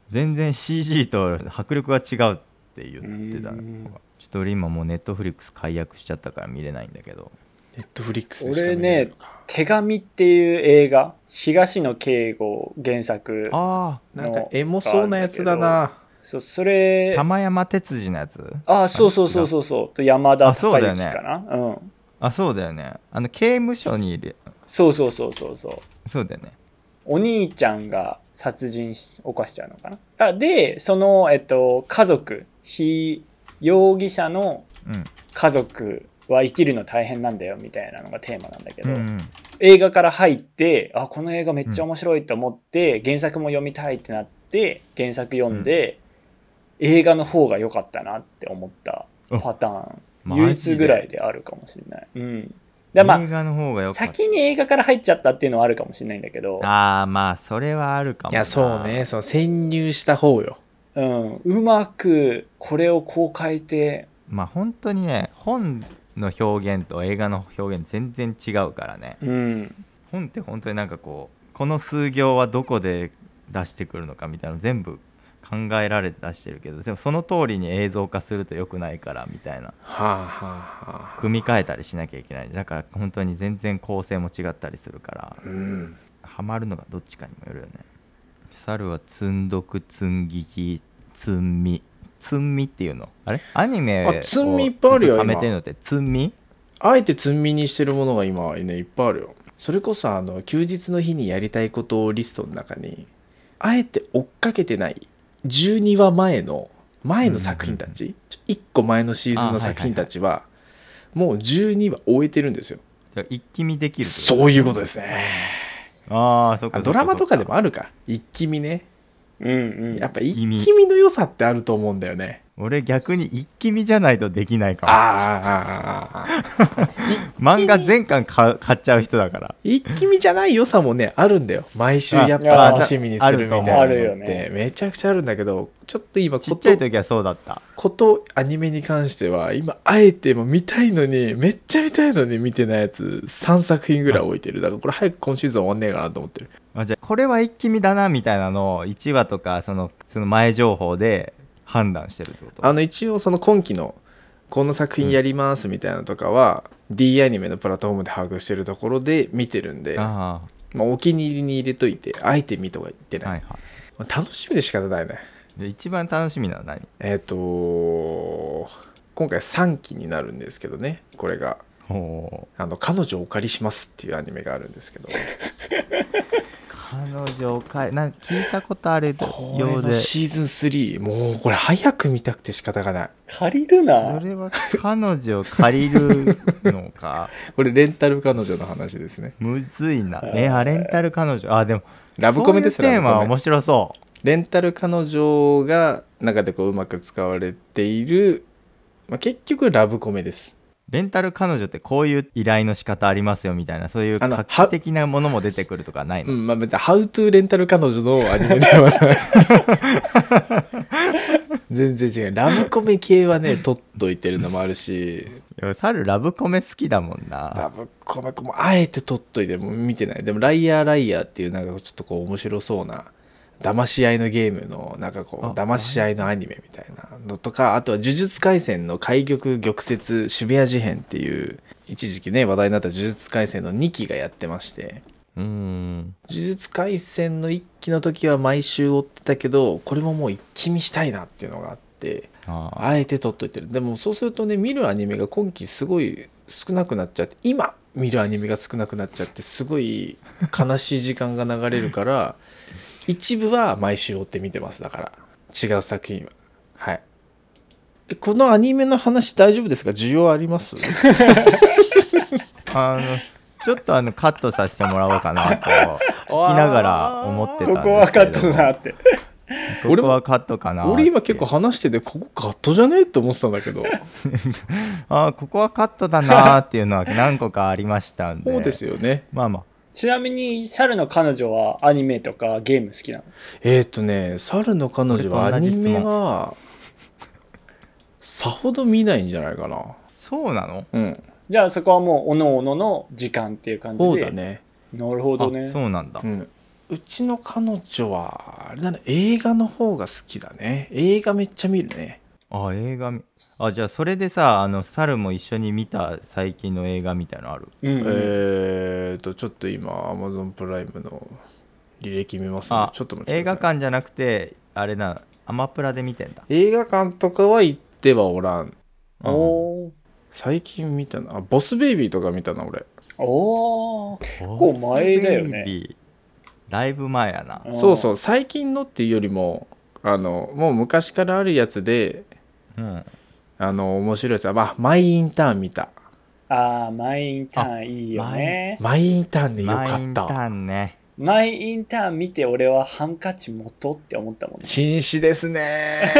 [SPEAKER 1] 全然 CG と迫力が違うって言ってた
[SPEAKER 2] うん
[SPEAKER 1] ちょっと俺今もうネットフリックス解約しちゃったから見れないんだけど
[SPEAKER 3] ネットフリックスでしか見
[SPEAKER 2] 俺
[SPEAKER 3] れ
[SPEAKER 2] ね
[SPEAKER 3] ないのか
[SPEAKER 2] 手紙っていう映画東野圭吾原作
[SPEAKER 1] あ
[SPEAKER 3] なんかエモそうなやつだ
[SPEAKER 2] な
[SPEAKER 3] な
[SPEAKER 2] そうそ
[SPEAKER 1] あ
[SPEAKER 2] れ
[SPEAKER 1] 玉山鉄二のやつ
[SPEAKER 2] あそうそうそうそうそうと山田
[SPEAKER 1] あそう
[SPEAKER 2] 孝
[SPEAKER 1] だよ
[SPEAKER 2] 之
[SPEAKER 1] ね
[SPEAKER 2] かなうん
[SPEAKER 1] あそうだよねあの刑務所にいる
[SPEAKER 2] そうそうそうそうそう
[SPEAKER 1] そうだよね
[SPEAKER 2] お兄ちゃんが殺人し犯しちゃうのかなあでその、えっと、家族非容疑者の
[SPEAKER 1] うん
[SPEAKER 2] 家族は生きるの大変なんだよみたいなのがテーマなんだけ
[SPEAKER 1] う
[SPEAKER 2] ど、
[SPEAKER 1] んうん
[SPEAKER 2] 映画から入ってあこの映画めっちゃ面白いと思って、原作も読みたいってなって原作読んで、映画の方が良かったなって思ったパターン
[SPEAKER 1] あ
[SPEAKER 2] 唯一ぐらいであるかもしれない。うん、でま
[SPEAKER 1] 映画の方が
[SPEAKER 2] あ
[SPEAKER 1] よかった
[SPEAKER 2] 先に映画から入っちゃったっていうのはあるかもしれないんだけど、
[SPEAKER 1] あーまあそれはあるかも
[SPEAKER 3] い
[SPEAKER 1] な
[SPEAKER 3] やそうねその潜入した方よ
[SPEAKER 2] うん、うまくこれをこう変えて
[SPEAKER 1] まあ本当にね本の表現と映画の表現全然違うからね
[SPEAKER 2] うん
[SPEAKER 1] 本って本当になんかこうこの数行はどこで出してくるのかみたいなの全部考えられて出してるけどでもその通りに映像化すると良くないからみたいな
[SPEAKER 3] はあはあはあ
[SPEAKER 1] 組み替えたりしなきゃいけないだから本当に全然構成も違ったりするから
[SPEAKER 3] うん
[SPEAKER 1] ハマるのがどっちかにもよるよね猿は積んどく積んぎき積んみ積んみっていうのあれアニメ
[SPEAKER 3] あ積みいっぱいあるよ
[SPEAKER 1] は
[SPEAKER 3] 今
[SPEAKER 1] めてるのって積み
[SPEAKER 3] あえて積みにしてるものが今ねいっぱいあるよそれこそあの休日の日にやりたいことをリストの中にあえて追っかけてない12話前の前の作品たち、ちょ1個前のシーズンの作品たちはもう12話終えてるんですよ
[SPEAKER 1] じゃあ一気見できるってこと
[SPEAKER 3] そういうことですね
[SPEAKER 1] ああそっか
[SPEAKER 3] あドラマとかでも
[SPEAKER 1] あ
[SPEAKER 3] あるか一気見ね
[SPEAKER 2] うんうん
[SPEAKER 3] やっぱ一気見の良さってあると思うんだよね
[SPEAKER 1] 俺逆に一気見じゃないとできないかも
[SPEAKER 3] ああ
[SPEAKER 1] 漫画全巻か買っちゃう人だから
[SPEAKER 3] 一気見じゃない良さもねあるんだよ毎週やっ
[SPEAKER 2] い
[SPEAKER 3] ぱ
[SPEAKER 2] や
[SPEAKER 3] 楽しみにするみたいな
[SPEAKER 2] あ
[SPEAKER 3] の
[SPEAKER 2] ると思う
[SPEAKER 3] っ
[SPEAKER 2] あるよ
[SPEAKER 3] て
[SPEAKER 2] ね
[SPEAKER 3] めちゃくちゃあるんだけどちょっと今
[SPEAKER 1] ち
[SPEAKER 3] こ
[SPEAKER 1] っちゃ
[SPEAKER 3] と
[SPEAKER 1] い時はそうだった
[SPEAKER 3] ことアニメに関しては今あえてもう見たいのにめっちゃ見たいのに見てないやつ3作品ぐらい置いてるだからこれ早く今シーズン終わんねえかなと思ってる
[SPEAKER 1] あじゃあこれは一気見だなみたいなのを1話とかそのその前情報で判断してるってこと
[SPEAKER 3] あの一応その今期のこの作品やりますみたいなのとかは D アニメのプラットフォームで把握してるところで見てるんで
[SPEAKER 1] あ
[SPEAKER 3] まあ、お気に入りに入れといてあえて見とか言って
[SPEAKER 1] あは
[SPEAKER 3] ないい、
[SPEAKER 1] はい
[SPEAKER 3] まあ楽しみで仕方ないね
[SPEAKER 1] で一番楽しみなのは何
[SPEAKER 3] えっ、と今回3期になるんですけどねこれが
[SPEAKER 1] ほ
[SPEAKER 3] 「あの彼女をお借りします」っていうアニメがあるんですけど
[SPEAKER 1] う彼女をかえなんか聞いたことある
[SPEAKER 3] これ
[SPEAKER 1] よう
[SPEAKER 3] の
[SPEAKER 1] でそ
[SPEAKER 3] シーズン3もうこれ早く見たくて仕方がない
[SPEAKER 2] 借りるな
[SPEAKER 1] れは彼女を借りるのか
[SPEAKER 3] これレンタル彼女の話ですね
[SPEAKER 1] むずいなえあレンタル彼女あでも
[SPEAKER 3] ラブコメです
[SPEAKER 1] そういうテーマは
[SPEAKER 3] ラブコメ
[SPEAKER 1] 面白そう
[SPEAKER 3] レンタル彼女が中でこううまく使われている、まあ、結局ラブコメです
[SPEAKER 1] レンタル彼女ってこういう依頼の仕方ありますよみたいなそういう
[SPEAKER 3] あの
[SPEAKER 1] 画期的なものも出てくるとかないの
[SPEAKER 3] うんまあ別に「How to レンタル彼女」のアニメではない 全然違うラブコメ系はね取っといてるのもあるし
[SPEAKER 1] いや猿ラブコメ好きだもん
[SPEAKER 3] ラ
[SPEAKER 1] な
[SPEAKER 3] ブコメもあえて取っといてもう見てないでも「ライヤーライヤー」っていうなんかちょっとこう面白そうな騙し合いのゲームのなんかこう
[SPEAKER 1] あ
[SPEAKER 3] 騙し合いのアニメみたいなのとかあとは「呪術廻戦」の「開局玉折渋谷事変」っていう一時期ね話題になった「呪術廻戦」の2期がやってまして
[SPEAKER 1] うーん
[SPEAKER 3] 「呪術廻戦」の1期の時は毎週追ってたけどこれももう一気見したいなっていうのがあって
[SPEAKER 1] あ
[SPEAKER 3] あえて撮っといてるでもそうするとね見るアニメが今期すごい少なくなっちゃって今見るアニメが少なくなっちゃってすごい悲しい時間が流れるから 一部は毎週追って見てますだから違う作品ははいえこのアニメの話大丈夫ですか需要あります
[SPEAKER 1] ーあのちょっとあのカットさせてもらおうかな と聞きながら思ってたん
[SPEAKER 2] こ
[SPEAKER 1] ですけど
[SPEAKER 2] こはカットだな
[SPEAKER 1] こ
[SPEAKER 2] って。
[SPEAKER 1] こはカットかなって
[SPEAKER 3] 俺今結構話しててここカットじゃねえって思ってたんだけど
[SPEAKER 1] あーここはカットだなーっていうのは何個かありましたんで
[SPEAKER 3] そうですよね
[SPEAKER 1] まあまあ
[SPEAKER 2] ちなみに、猿の彼女はアニメとかゲーム好きなの
[SPEAKER 3] えーっ、とね、猿の彼女はア
[SPEAKER 1] 俺と同じ
[SPEAKER 3] ニ
[SPEAKER 1] 質問
[SPEAKER 3] メは、さほど見ないんじゃないかな。
[SPEAKER 1] そうなの
[SPEAKER 3] うん。
[SPEAKER 2] じゃあそこはもう、おのおのの時間っていう感じで。
[SPEAKER 3] そうだね。
[SPEAKER 2] なるほどね
[SPEAKER 1] あ。そうなんだ
[SPEAKER 3] うん。うちの彼女は、あれだね、映画の方が好きだね。映画めっちゃ見るね。
[SPEAKER 1] あ映画みあじゃあそれでさあの猿も一緒に見た最近の映画みたいのある
[SPEAKER 2] うんうん
[SPEAKER 3] えーっと、ちょっと今、Amazon プライムの履歴見ますの
[SPEAKER 1] あ
[SPEAKER 3] で、ちょっと待って
[SPEAKER 1] 映
[SPEAKER 3] くだ
[SPEAKER 1] 画
[SPEAKER 3] さい。
[SPEAKER 1] 館じゃなくてあれなアマプラで見てんだ
[SPEAKER 3] 映画館とかは行ってはおらん。
[SPEAKER 2] おー
[SPEAKER 3] 最近見たの、あ、ボスベイビーとか見たな、俺。
[SPEAKER 2] おー
[SPEAKER 1] 結
[SPEAKER 2] 構前だよね
[SPEAKER 1] だいぶ前やな
[SPEAKER 2] うん
[SPEAKER 3] そうそう、最近のっていうよりも、あの、もう昔からあるやつで、
[SPEAKER 1] うん
[SPEAKER 3] あの面白いやつは、まあ、マイインターン見た
[SPEAKER 2] ああ、マイインターンいいよね。
[SPEAKER 3] マイインターンでよか
[SPEAKER 1] マイ
[SPEAKER 3] っ
[SPEAKER 1] ンタ
[SPEAKER 3] た
[SPEAKER 1] ーンね
[SPEAKER 2] マイインターン見て俺はハンカチ元って思ったもんね。
[SPEAKER 3] 紳士で すね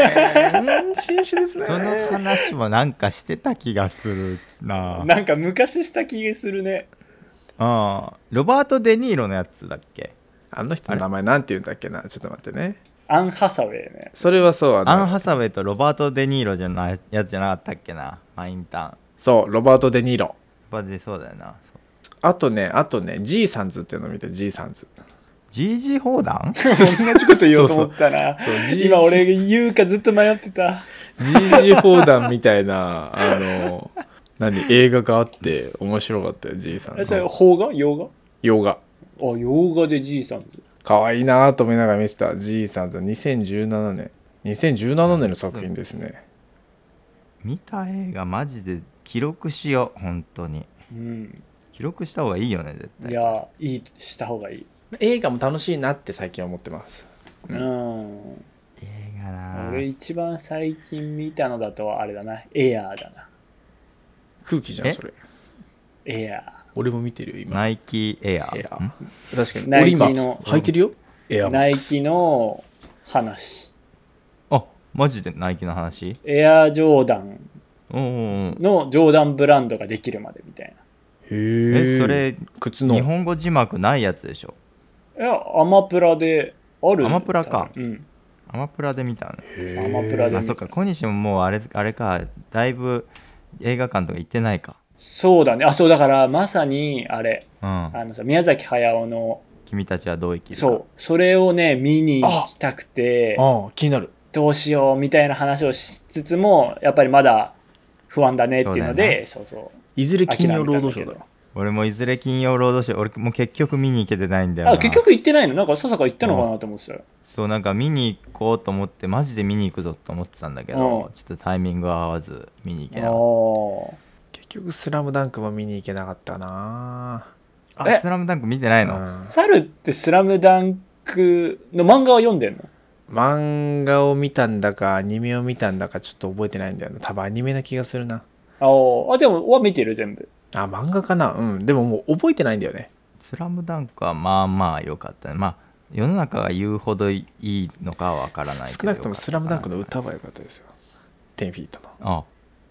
[SPEAKER 3] うん紳士ですね
[SPEAKER 1] その話もなんかしてた気がするな
[SPEAKER 2] なんか昔した気がするね。
[SPEAKER 1] あロバート・デ・ニーロのやつだっけ
[SPEAKER 3] あの人の名前なんて言うんだっけなちょっと待ってね
[SPEAKER 2] アン・ハサウェイ ね。
[SPEAKER 3] それはそうあの
[SPEAKER 1] アン・ハサウェイとロバート・デ・ニーロじゃないやつじゃなかったっけなマインターンやっ
[SPEAKER 3] そうロバート・デ・ニーロ
[SPEAKER 1] ぱ出そうだよなそう
[SPEAKER 3] あとねあとねジーサンズっていうの見てジーサンズ
[SPEAKER 1] GG 砲弾
[SPEAKER 2] 同じこと言おうと思ったな。
[SPEAKER 3] そうそうそう
[SPEAKER 2] 今俺が言うかずっと迷ってた。
[SPEAKER 3] ジージー・フォーダンみたいなあの何映画があって面白かったよジーサン
[SPEAKER 2] えそれ、
[SPEAKER 3] ズ
[SPEAKER 2] 邦画洋画
[SPEAKER 3] 洋画
[SPEAKER 2] あ、洋画でじいさんです。
[SPEAKER 3] 可愛いなと思いながら見てたジーサンズ2017年2017年の作品ですね、
[SPEAKER 1] 見た映画マジで記録しよう本当に
[SPEAKER 2] うん。
[SPEAKER 1] 記録した方がいいよね絶対
[SPEAKER 2] いや、いい、した方がいい。
[SPEAKER 3] 映画も楽しいなって最近思ってます
[SPEAKER 2] う。
[SPEAKER 3] うん
[SPEAKER 1] 映画な
[SPEAKER 2] 俺一番最近見たのだとあれだな。エアーだな。
[SPEAKER 3] 空気じゃん
[SPEAKER 1] え
[SPEAKER 3] それ
[SPEAKER 2] エア
[SPEAKER 3] 俺も見てるよ今
[SPEAKER 1] ナイキエア
[SPEAKER 3] エア
[SPEAKER 1] ん
[SPEAKER 3] 確かに
[SPEAKER 2] ナ
[SPEAKER 3] 俺
[SPEAKER 2] イキ
[SPEAKER 3] 今
[SPEAKER 2] の
[SPEAKER 3] 履いてるよエア
[SPEAKER 2] ー。
[SPEAKER 3] マ
[SPEAKER 2] ナ
[SPEAKER 3] ッ
[SPEAKER 2] イ
[SPEAKER 3] クス
[SPEAKER 2] キの話。
[SPEAKER 1] あマジでナイキの話
[SPEAKER 2] エアージョーダン
[SPEAKER 1] うんうんうん
[SPEAKER 2] のジョーダンブランドができるまでみたい
[SPEAKER 3] へ
[SPEAKER 1] え
[SPEAKER 3] え
[SPEAKER 1] それ
[SPEAKER 3] 靴の
[SPEAKER 1] 日本語字幕ないやつでしょ
[SPEAKER 2] な。いや、アマプラである
[SPEAKER 1] アマプラか
[SPEAKER 2] うん。
[SPEAKER 1] アマプラで見たのね
[SPEAKER 3] へ
[SPEAKER 2] ア
[SPEAKER 3] ー
[SPEAKER 2] マプラで
[SPEAKER 1] あそっか小西ももうあれあれかだいぶ映画館とか行ってないか
[SPEAKER 2] そうだね。あ、そうだからまさにあれ、
[SPEAKER 1] うん
[SPEAKER 2] あのさ、宮崎駿の、
[SPEAKER 1] 君たちはどう生きるか
[SPEAKER 2] そう、それをね、見に行きたくて、
[SPEAKER 3] ああ気になる
[SPEAKER 2] どうしようみたいな話をしつつも、やっぱりまだ不安だねっていうので、そうそう
[SPEAKER 3] いずれ金曜ロードショ
[SPEAKER 2] 諦め
[SPEAKER 3] ーだ
[SPEAKER 2] たんだ
[SPEAKER 3] ろ
[SPEAKER 1] 俺もいずれ金曜ロードショー俺もう結局見に行けてないんだよな
[SPEAKER 2] あ、結局行ってないのなんかささか行ったのかなと思ってたよ。
[SPEAKER 1] そうなんか見に行こうと思ってマジで見に行くぞと思ってたんだけ
[SPEAKER 2] う
[SPEAKER 1] ど
[SPEAKER 2] ん
[SPEAKER 1] ちょっとタイミングが合わず見に行けなかっ
[SPEAKER 2] お
[SPEAKER 3] 結局「スラムダンクも見に行けなかったな
[SPEAKER 1] た
[SPEAKER 2] え
[SPEAKER 1] あスラムダンク見てないの、
[SPEAKER 3] うん
[SPEAKER 2] ー猿ってスラムダンクの漫画は読んでんの
[SPEAKER 3] 漫画を見たんだかアニメを見たんだかちょっと覚えてないんだよな多分アニメな気がするな
[SPEAKER 2] あーあ、でも、は見てる全部。
[SPEAKER 3] あ漫画かなうんでももう覚えてないんだよね
[SPEAKER 1] スラムダンクはまあまあ良かったねまあ世の中が言うほどいいのかはわからないけど
[SPEAKER 3] 少なくとも「スラムダンクの
[SPEAKER 1] 良か
[SPEAKER 3] 歌
[SPEAKER 1] っ
[SPEAKER 3] は良かったですよ10フィートの
[SPEAKER 1] たなあ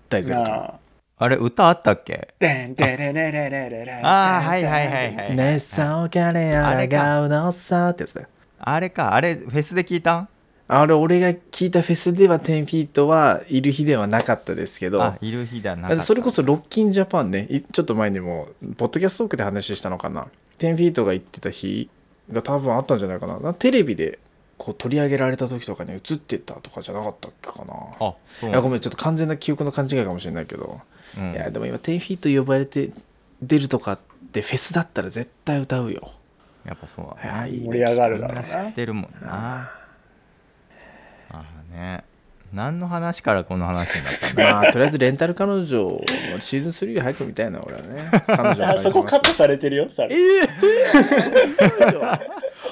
[SPEAKER 3] 大前
[SPEAKER 2] な
[SPEAKER 3] 回
[SPEAKER 2] あ
[SPEAKER 1] あれ歌あったっけ
[SPEAKER 2] でんでれれれれれれ
[SPEAKER 1] あーはいはいはいはい
[SPEAKER 3] ねっさおかれあらがうのさってやつだよ
[SPEAKER 1] あれかあれフェスで聞いたん
[SPEAKER 3] あれ俺が聞いたフェスでは10フィートはいる日ではなかったですけど
[SPEAKER 1] あいる日だなかった
[SPEAKER 3] それこそロッキンジャパンねいちょっと前にもポッドキャストトークで話したのかな10フィートが行ってた日が多分あったんじゃないかななテレビでこう取り上げられた時とかに映ってたとかじゃなかったっけかな
[SPEAKER 1] あそう
[SPEAKER 3] い
[SPEAKER 1] な
[SPEAKER 3] や
[SPEAKER 1] んだ
[SPEAKER 3] ごめんちょっと完全な記憶の勘違いかもしれないけど、
[SPEAKER 1] うん
[SPEAKER 3] いやでも今10フィート呼ばれて出るとかってフェスだったら絶対歌うよ
[SPEAKER 1] やっぱそうだね
[SPEAKER 3] はい
[SPEAKER 2] 盛り上があるだろうな
[SPEAKER 1] みんな知ってるもんな
[SPEAKER 3] あ
[SPEAKER 1] ああね何の話からこの話になったん
[SPEAKER 3] ー
[SPEAKER 1] だ
[SPEAKER 3] まあとりあえずレンタル彼女をシーズン3早く見たいな俺はね彼女の話
[SPEAKER 2] あそこカットされてるよ、さ
[SPEAKER 3] ええ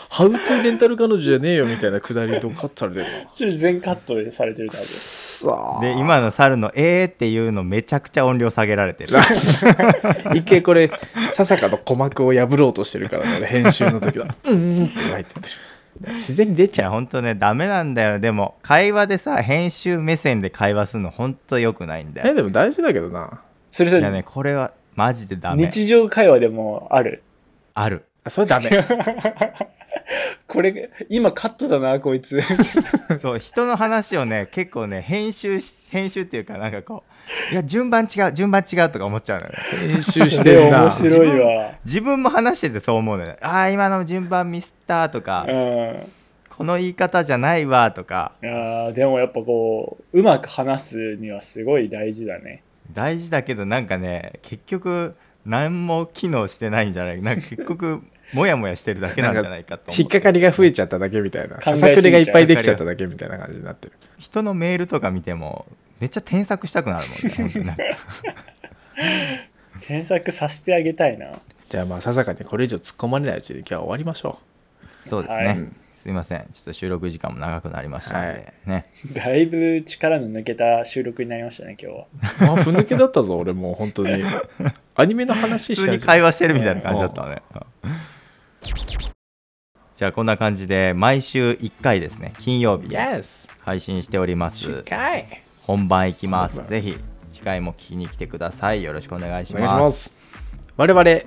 [SPEAKER 3] ハウトゥーレンタル彼女じゃねえよみたいなくだりとカットされてる
[SPEAKER 2] それ全カットでされてる
[SPEAKER 3] く
[SPEAKER 2] 多
[SPEAKER 3] っ
[SPEAKER 2] 分
[SPEAKER 3] そ ー
[SPEAKER 1] で今の猿の「えー」っていうのめちゃくちゃ音量下げられ てる
[SPEAKER 3] 一回これささかの鼓膜を破ろうとしてるからね俺編集の時だ うんうんって入ってってる自然に出
[SPEAKER 1] い
[SPEAKER 3] ちゃ
[SPEAKER 1] や
[SPEAKER 3] う
[SPEAKER 1] ほんとねダメなんだよでも会話でさ編集目線で会話するのほんとよくないんだ
[SPEAKER 3] え
[SPEAKER 1] よ
[SPEAKER 3] でも大事だけどな
[SPEAKER 2] それ
[SPEAKER 1] い
[SPEAKER 2] さ、
[SPEAKER 1] やねこれはマジでダメ
[SPEAKER 2] 日常会話でもある。
[SPEAKER 1] ある
[SPEAKER 3] あそれダメ
[SPEAKER 2] これ、今カットだな、こいつ。
[SPEAKER 1] そう人の話をね結構ね編集し編集っていうかなんかこういや順番違う順番違うとか思っちゃうのよね
[SPEAKER 3] 編集し て
[SPEAKER 2] で、
[SPEAKER 3] るな
[SPEAKER 2] 面白いわ。
[SPEAKER 1] 自分も話しててそう思うのよねああ今の順番ミスったとか
[SPEAKER 2] うん。
[SPEAKER 1] この言い方じゃないわとか
[SPEAKER 2] あーでもやっぱこう、うまく話すにはすごい大事だね。
[SPEAKER 1] 大事だけどなんかね結局何も機能してないんじゃないなんか結局モヤモヤしてるだけなんじゃないかと思う
[SPEAKER 3] 引っかかりが増えちゃっただけみたいな
[SPEAKER 2] 考えすぎちゃ
[SPEAKER 3] さ
[SPEAKER 2] う
[SPEAKER 3] さくれがいっぱいできちゃっただけみたいな感じになってる
[SPEAKER 1] 人のメールとか見てもめっちゃ添削したくなるもんね本当になんか
[SPEAKER 2] 検索させてあげた いな。
[SPEAKER 3] じゃあまあささかにこれ以上突っ込まれないうちに今日は終わりましょ
[SPEAKER 1] そうですね、
[SPEAKER 2] は
[SPEAKER 3] う、うん、
[SPEAKER 1] すいませんちょっと収録時間も長くなりましたので、
[SPEAKER 3] はい
[SPEAKER 1] ね
[SPEAKER 2] だいぶ力の抜けた収録になりましたね、今日は。
[SPEAKER 3] まあふぬけだったぞ俺もう本 当にアニメの話
[SPEAKER 1] 普
[SPEAKER 3] し
[SPEAKER 1] 通
[SPEAKER 3] か
[SPEAKER 1] に会話してるみたいな感じだったね、うんじゃあこんな感じで毎週1回ですね金曜日
[SPEAKER 3] Yes
[SPEAKER 1] 配信しております
[SPEAKER 3] 近い
[SPEAKER 1] 本番いきます
[SPEAKER 3] 本番
[SPEAKER 1] ぜひ次回も聞きに来てくださいよろしくお願いし
[SPEAKER 3] お
[SPEAKER 1] ます
[SPEAKER 3] 願いします我々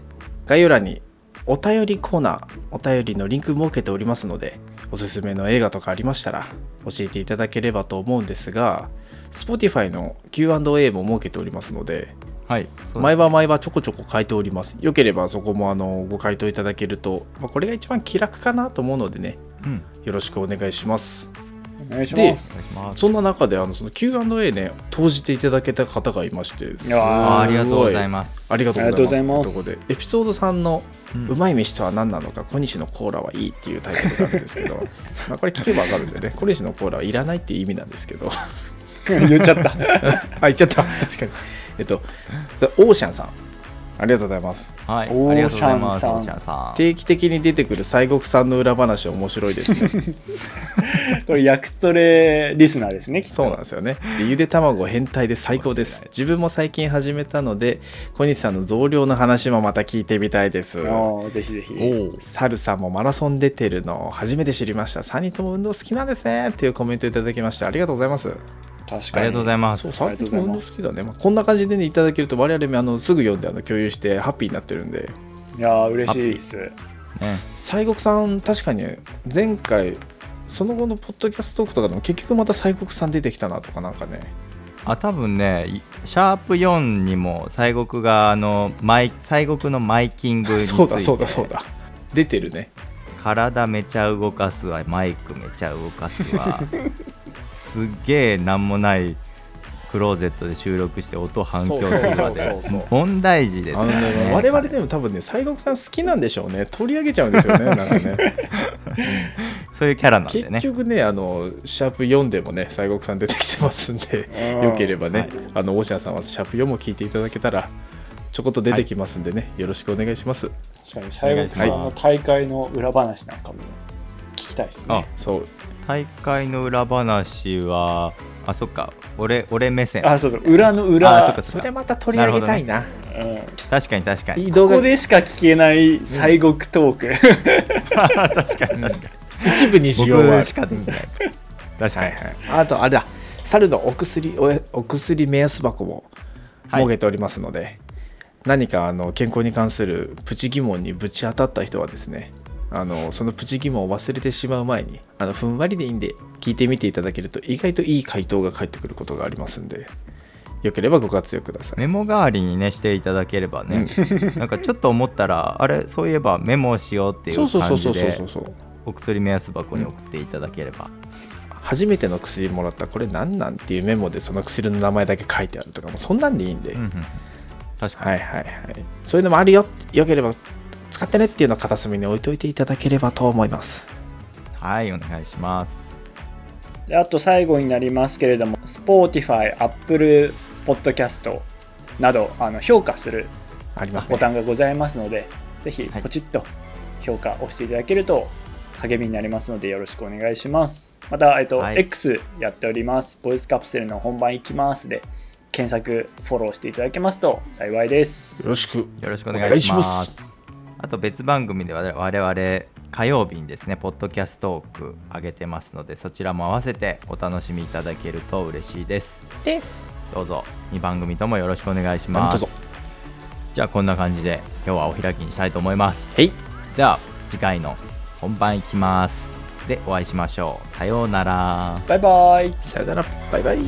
[SPEAKER 3] 概要欄にお便りコーナーお便りのリンク設けておりますのでおすすめの映画とかありましたら教えていただければと思うんですが Spotify の Q&A も設けておりますので
[SPEAKER 1] はいそうです
[SPEAKER 3] 毎晩毎晩ちょこちょこ書いておりますよければそこもあのご回答いただけると、まあ、これが一番気楽かなと思うのでね
[SPEAKER 1] うん
[SPEAKER 3] よろしくお願いします
[SPEAKER 2] お願いし
[SPEAKER 3] で
[SPEAKER 2] ます。
[SPEAKER 1] お願いします
[SPEAKER 3] そんな中であのその Q&A ね投じていただけた方がいましてすごい
[SPEAKER 2] あ
[SPEAKER 1] あーありがとうございます
[SPEAKER 3] ありがとうございま
[SPEAKER 2] あ
[SPEAKER 3] すっ
[SPEAKER 2] りが
[SPEAKER 3] て
[SPEAKER 2] と
[SPEAKER 3] と
[SPEAKER 2] うご
[SPEAKER 3] こでエピソード3の
[SPEAKER 1] うん
[SPEAKER 3] 「うまい飯とは何なのか小西のコーラはいい」っていうタイトルがあるんですけ どまあこれ聞けばわかるんでね小西のコーラはいらないっていう意味なんですけど あ
[SPEAKER 2] 言っちゃった。
[SPEAKER 3] 言っちゃった確かにえっとそれオーシャンさんありがとうございます
[SPEAKER 1] はい
[SPEAKER 2] オ
[SPEAKER 1] あり
[SPEAKER 2] ー
[SPEAKER 1] がとうご
[SPEAKER 2] シ
[SPEAKER 1] ざ
[SPEAKER 2] ャ
[SPEAKER 1] い
[SPEAKER 2] ン
[SPEAKER 1] ます
[SPEAKER 2] さん
[SPEAKER 1] オーシャンさん
[SPEAKER 3] 定期的に出てくる西国産の裏話面白いですね
[SPEAKER 2] これ、役トレリスナーですね、きっと
[SPEAKER 3] そうなんですよねでゆで卵変態で最高です自分も最近始めたので小西さんの増量の話もまた聞いてみたいです
[SPEAKER 2] おーぜひぜひ。
[SPEAKER 1] お
[SPEAKER 3] サルさんもマラソン出てるのを初めて知りました3人とも運動好きなんですねっていうコメントいただきましてありがとうございます
[SPEAKER 2] 確
[SPEAKER 1] あ
[SPEAKER 2] かに。
[SPEAKER 1] りがとうございま
[SPEAKER 3] そう
[SPEAKER 1] す
[SPEAKER 2] ありが
[SPEAKER 3] 3
[SPEAKER 2] と
[SPEAKER 3] 人
[SPEAKER 2] うござ
[SPEAKER 3] とも
[SPEAKER 2] い
[SPEAKER 3] 運動
[SPEAKER 2] ま
[SPEAKER 3] 好きだね、まあこんな感じでねいただけると我々あのすぐ読んであの共有してハッピーになってるんで
[SPEAKER 2] いやー嬉しいです。
[SPEAKER 1] ね
[SPEAKER 3] 西国さん確かに前回その後のポッドキャストトークとかでも結局また西国さん出てきたなとかなんかね
[SPEAKER 1] あ多分ねいシャープ4にも西国があのマイ西国のマイキングについて
[SPEAKER 3] そうだそうだそうだ出てるね
[SPEAKER 1] 体めちゃ動かすわマイクめちゃ動かす わすっげえ何もないクローゼットで収録して音反響するわ
[SPEAKER 3] そうそうそう
[SPEAKER 1] で
[SPEAKER 3] そう
[SPEAKER 1] 問題児です
[SPEAKER 3] あ
[SPEAKER 1] か
[SPEAKER 3] の
[SPEAKER 1] ら
[SPEAKER 3] ね
[SPEAKER 1] ね
[SPEAKER 3] 我々でも多分ね西国さん好きなんでしょうね取り上げちゃうんですよねなん かね
[SPEAKER 1] そういうキャラなんで
[SPEAKER 3] 結
[SPEAKER 1] ね
[SPEAKER 3] 局ねあのシャープ4でもね西国さん出てきてますんでよけれ
[SPEAKER 2] ば。
[SPEAKER 3] ばね、
[SPEAKER 1] はい
[SPEAKER 3] あのオーシャンさんはシャープ4も聞いていただけたらちょこっと出てきますんでね、よろしくお願いします
[SPEAKER 2] 確かに、西国さんの大会の裏話なんかも聞きたいですね。
[SPEAKER 3] そう
[SPEAKER 1] 大会の裏話はあそっか俺俺目線
[SPEAKER 2] あ、そうそう、裏の
[SPEAKER 1] あそ
[SPEAKER 2] 裏
[SPEAKER 1] う。かそれ
[SPEAKER 3] また取
[SPEAKER 1] り上げたい
[SPEAKER 3] な
[SPEAKER 2] うん
[SPEAKER 1] 確かに確かに
[SPEAKER 2] ここでしか聞けない西国トーク。
[SPEAKER 1] 確かに確かに
[SPEAKER 3] 一部に需要はあ
[SPEAKER 1] 僕
[SPEAKER 3] る
[SPEAKER 1] しかできない確か
[SPEAKER 3] は
[SPEAKER 1] に
[SPEAKER 3] いはい、あとあれだ猿のお薬おお薬目安箱も
[SPEAKER 1] はい
[SPEAKER 3] 設けておりますので、何かあの健康に関するプチ疑問にぶち当たった人はですねあのそのプチ疑問を忘れてしまう前にあのふんわりでいいんで聞いてみていただけると意外といい回答が返ってくることがありますんでよければご活用ください
[SPEAKER 1] メモ代わりにねしていただければね、なんかちょっと思ったらあれそういえばメモをしようっていう
[SPEAKER 3] そうそうそ
[SPEAKER 1] 感
[SPEAKER 3] うそ
[SPEAKER 1] じ
[SPEAKER 3] うそう
[SPEAKER 1] で
[SPEAKER 3] そうそう
[SPEAKER 1] お薬目安箱に送っていただければ、
[SPEAKER 3] 初めての薬もらったこれ何なんっていうメモでその薬の名前だけ書いてあるとかもうそんなんでいいんで、
[SPEAKER 1] うんうんうん確かに、
[SPEAKER 3] はいはいはいそういうのもあるよよければ使ってねっていうのを片隅に置いといていただければと思います
[SPEAKER 1] はい、お願いします。
[SPEAKER 2] であと最後になりますけれども Spotify、Apple Podcast などあの評価する
[SPEAKER 3] あります
[SPEAKER 2] ボ
[SPEAKER 3] ね
[SPEAKER 2] タンがございますので、ぜひ
[SPEAKER 1] はい
[SPEAKER 2] ポチッと評価を押していただけると励みになりますのでよろしくお願いします。また、えっと
[SPEAKER 1] はい
[SPEAKER 2] X やっております。ボイスカプセルの本番いきますで検索、フォローしていただけますと幸いです。
[SPEAKER 3] よろしく
[SPEAKER 1] よろしくお
[SPEAKER 3] お
[SPEAKER 1] 願
[SPEAKER 3] 願
[SPEAKER 1] い
[SPEAKER 3] い
[SPEAKER 1] し
[SPEAKER 3] し
[SPEAKER 1] ま。
[SPEAKER 3] ますす
[SPEAKER 1] あと別番組では我々火曜日にですね、ポッドキャストトーク上げてますので、そちらも合わせてお楽しみいただけると嬉しいです。
[SPEAKER 3] です
[SPEAKER 1] どうぞ、2番組ともよろしくお願いしま
[SPEAKER 3] 何
[SPEAKER 1] す。
[SPEAKER 3] 卒
[SPEAKER 1] じゃあこんな感じで今日はお開きにしたいと思います。
[SPEAKER 3] はい
[SPEAKER 1] では次回の本番いきます。でお会いしましょう。さようなら。
[SPEAKER 2] バイバイ。
[SPEAKER 3] さよならバイバイ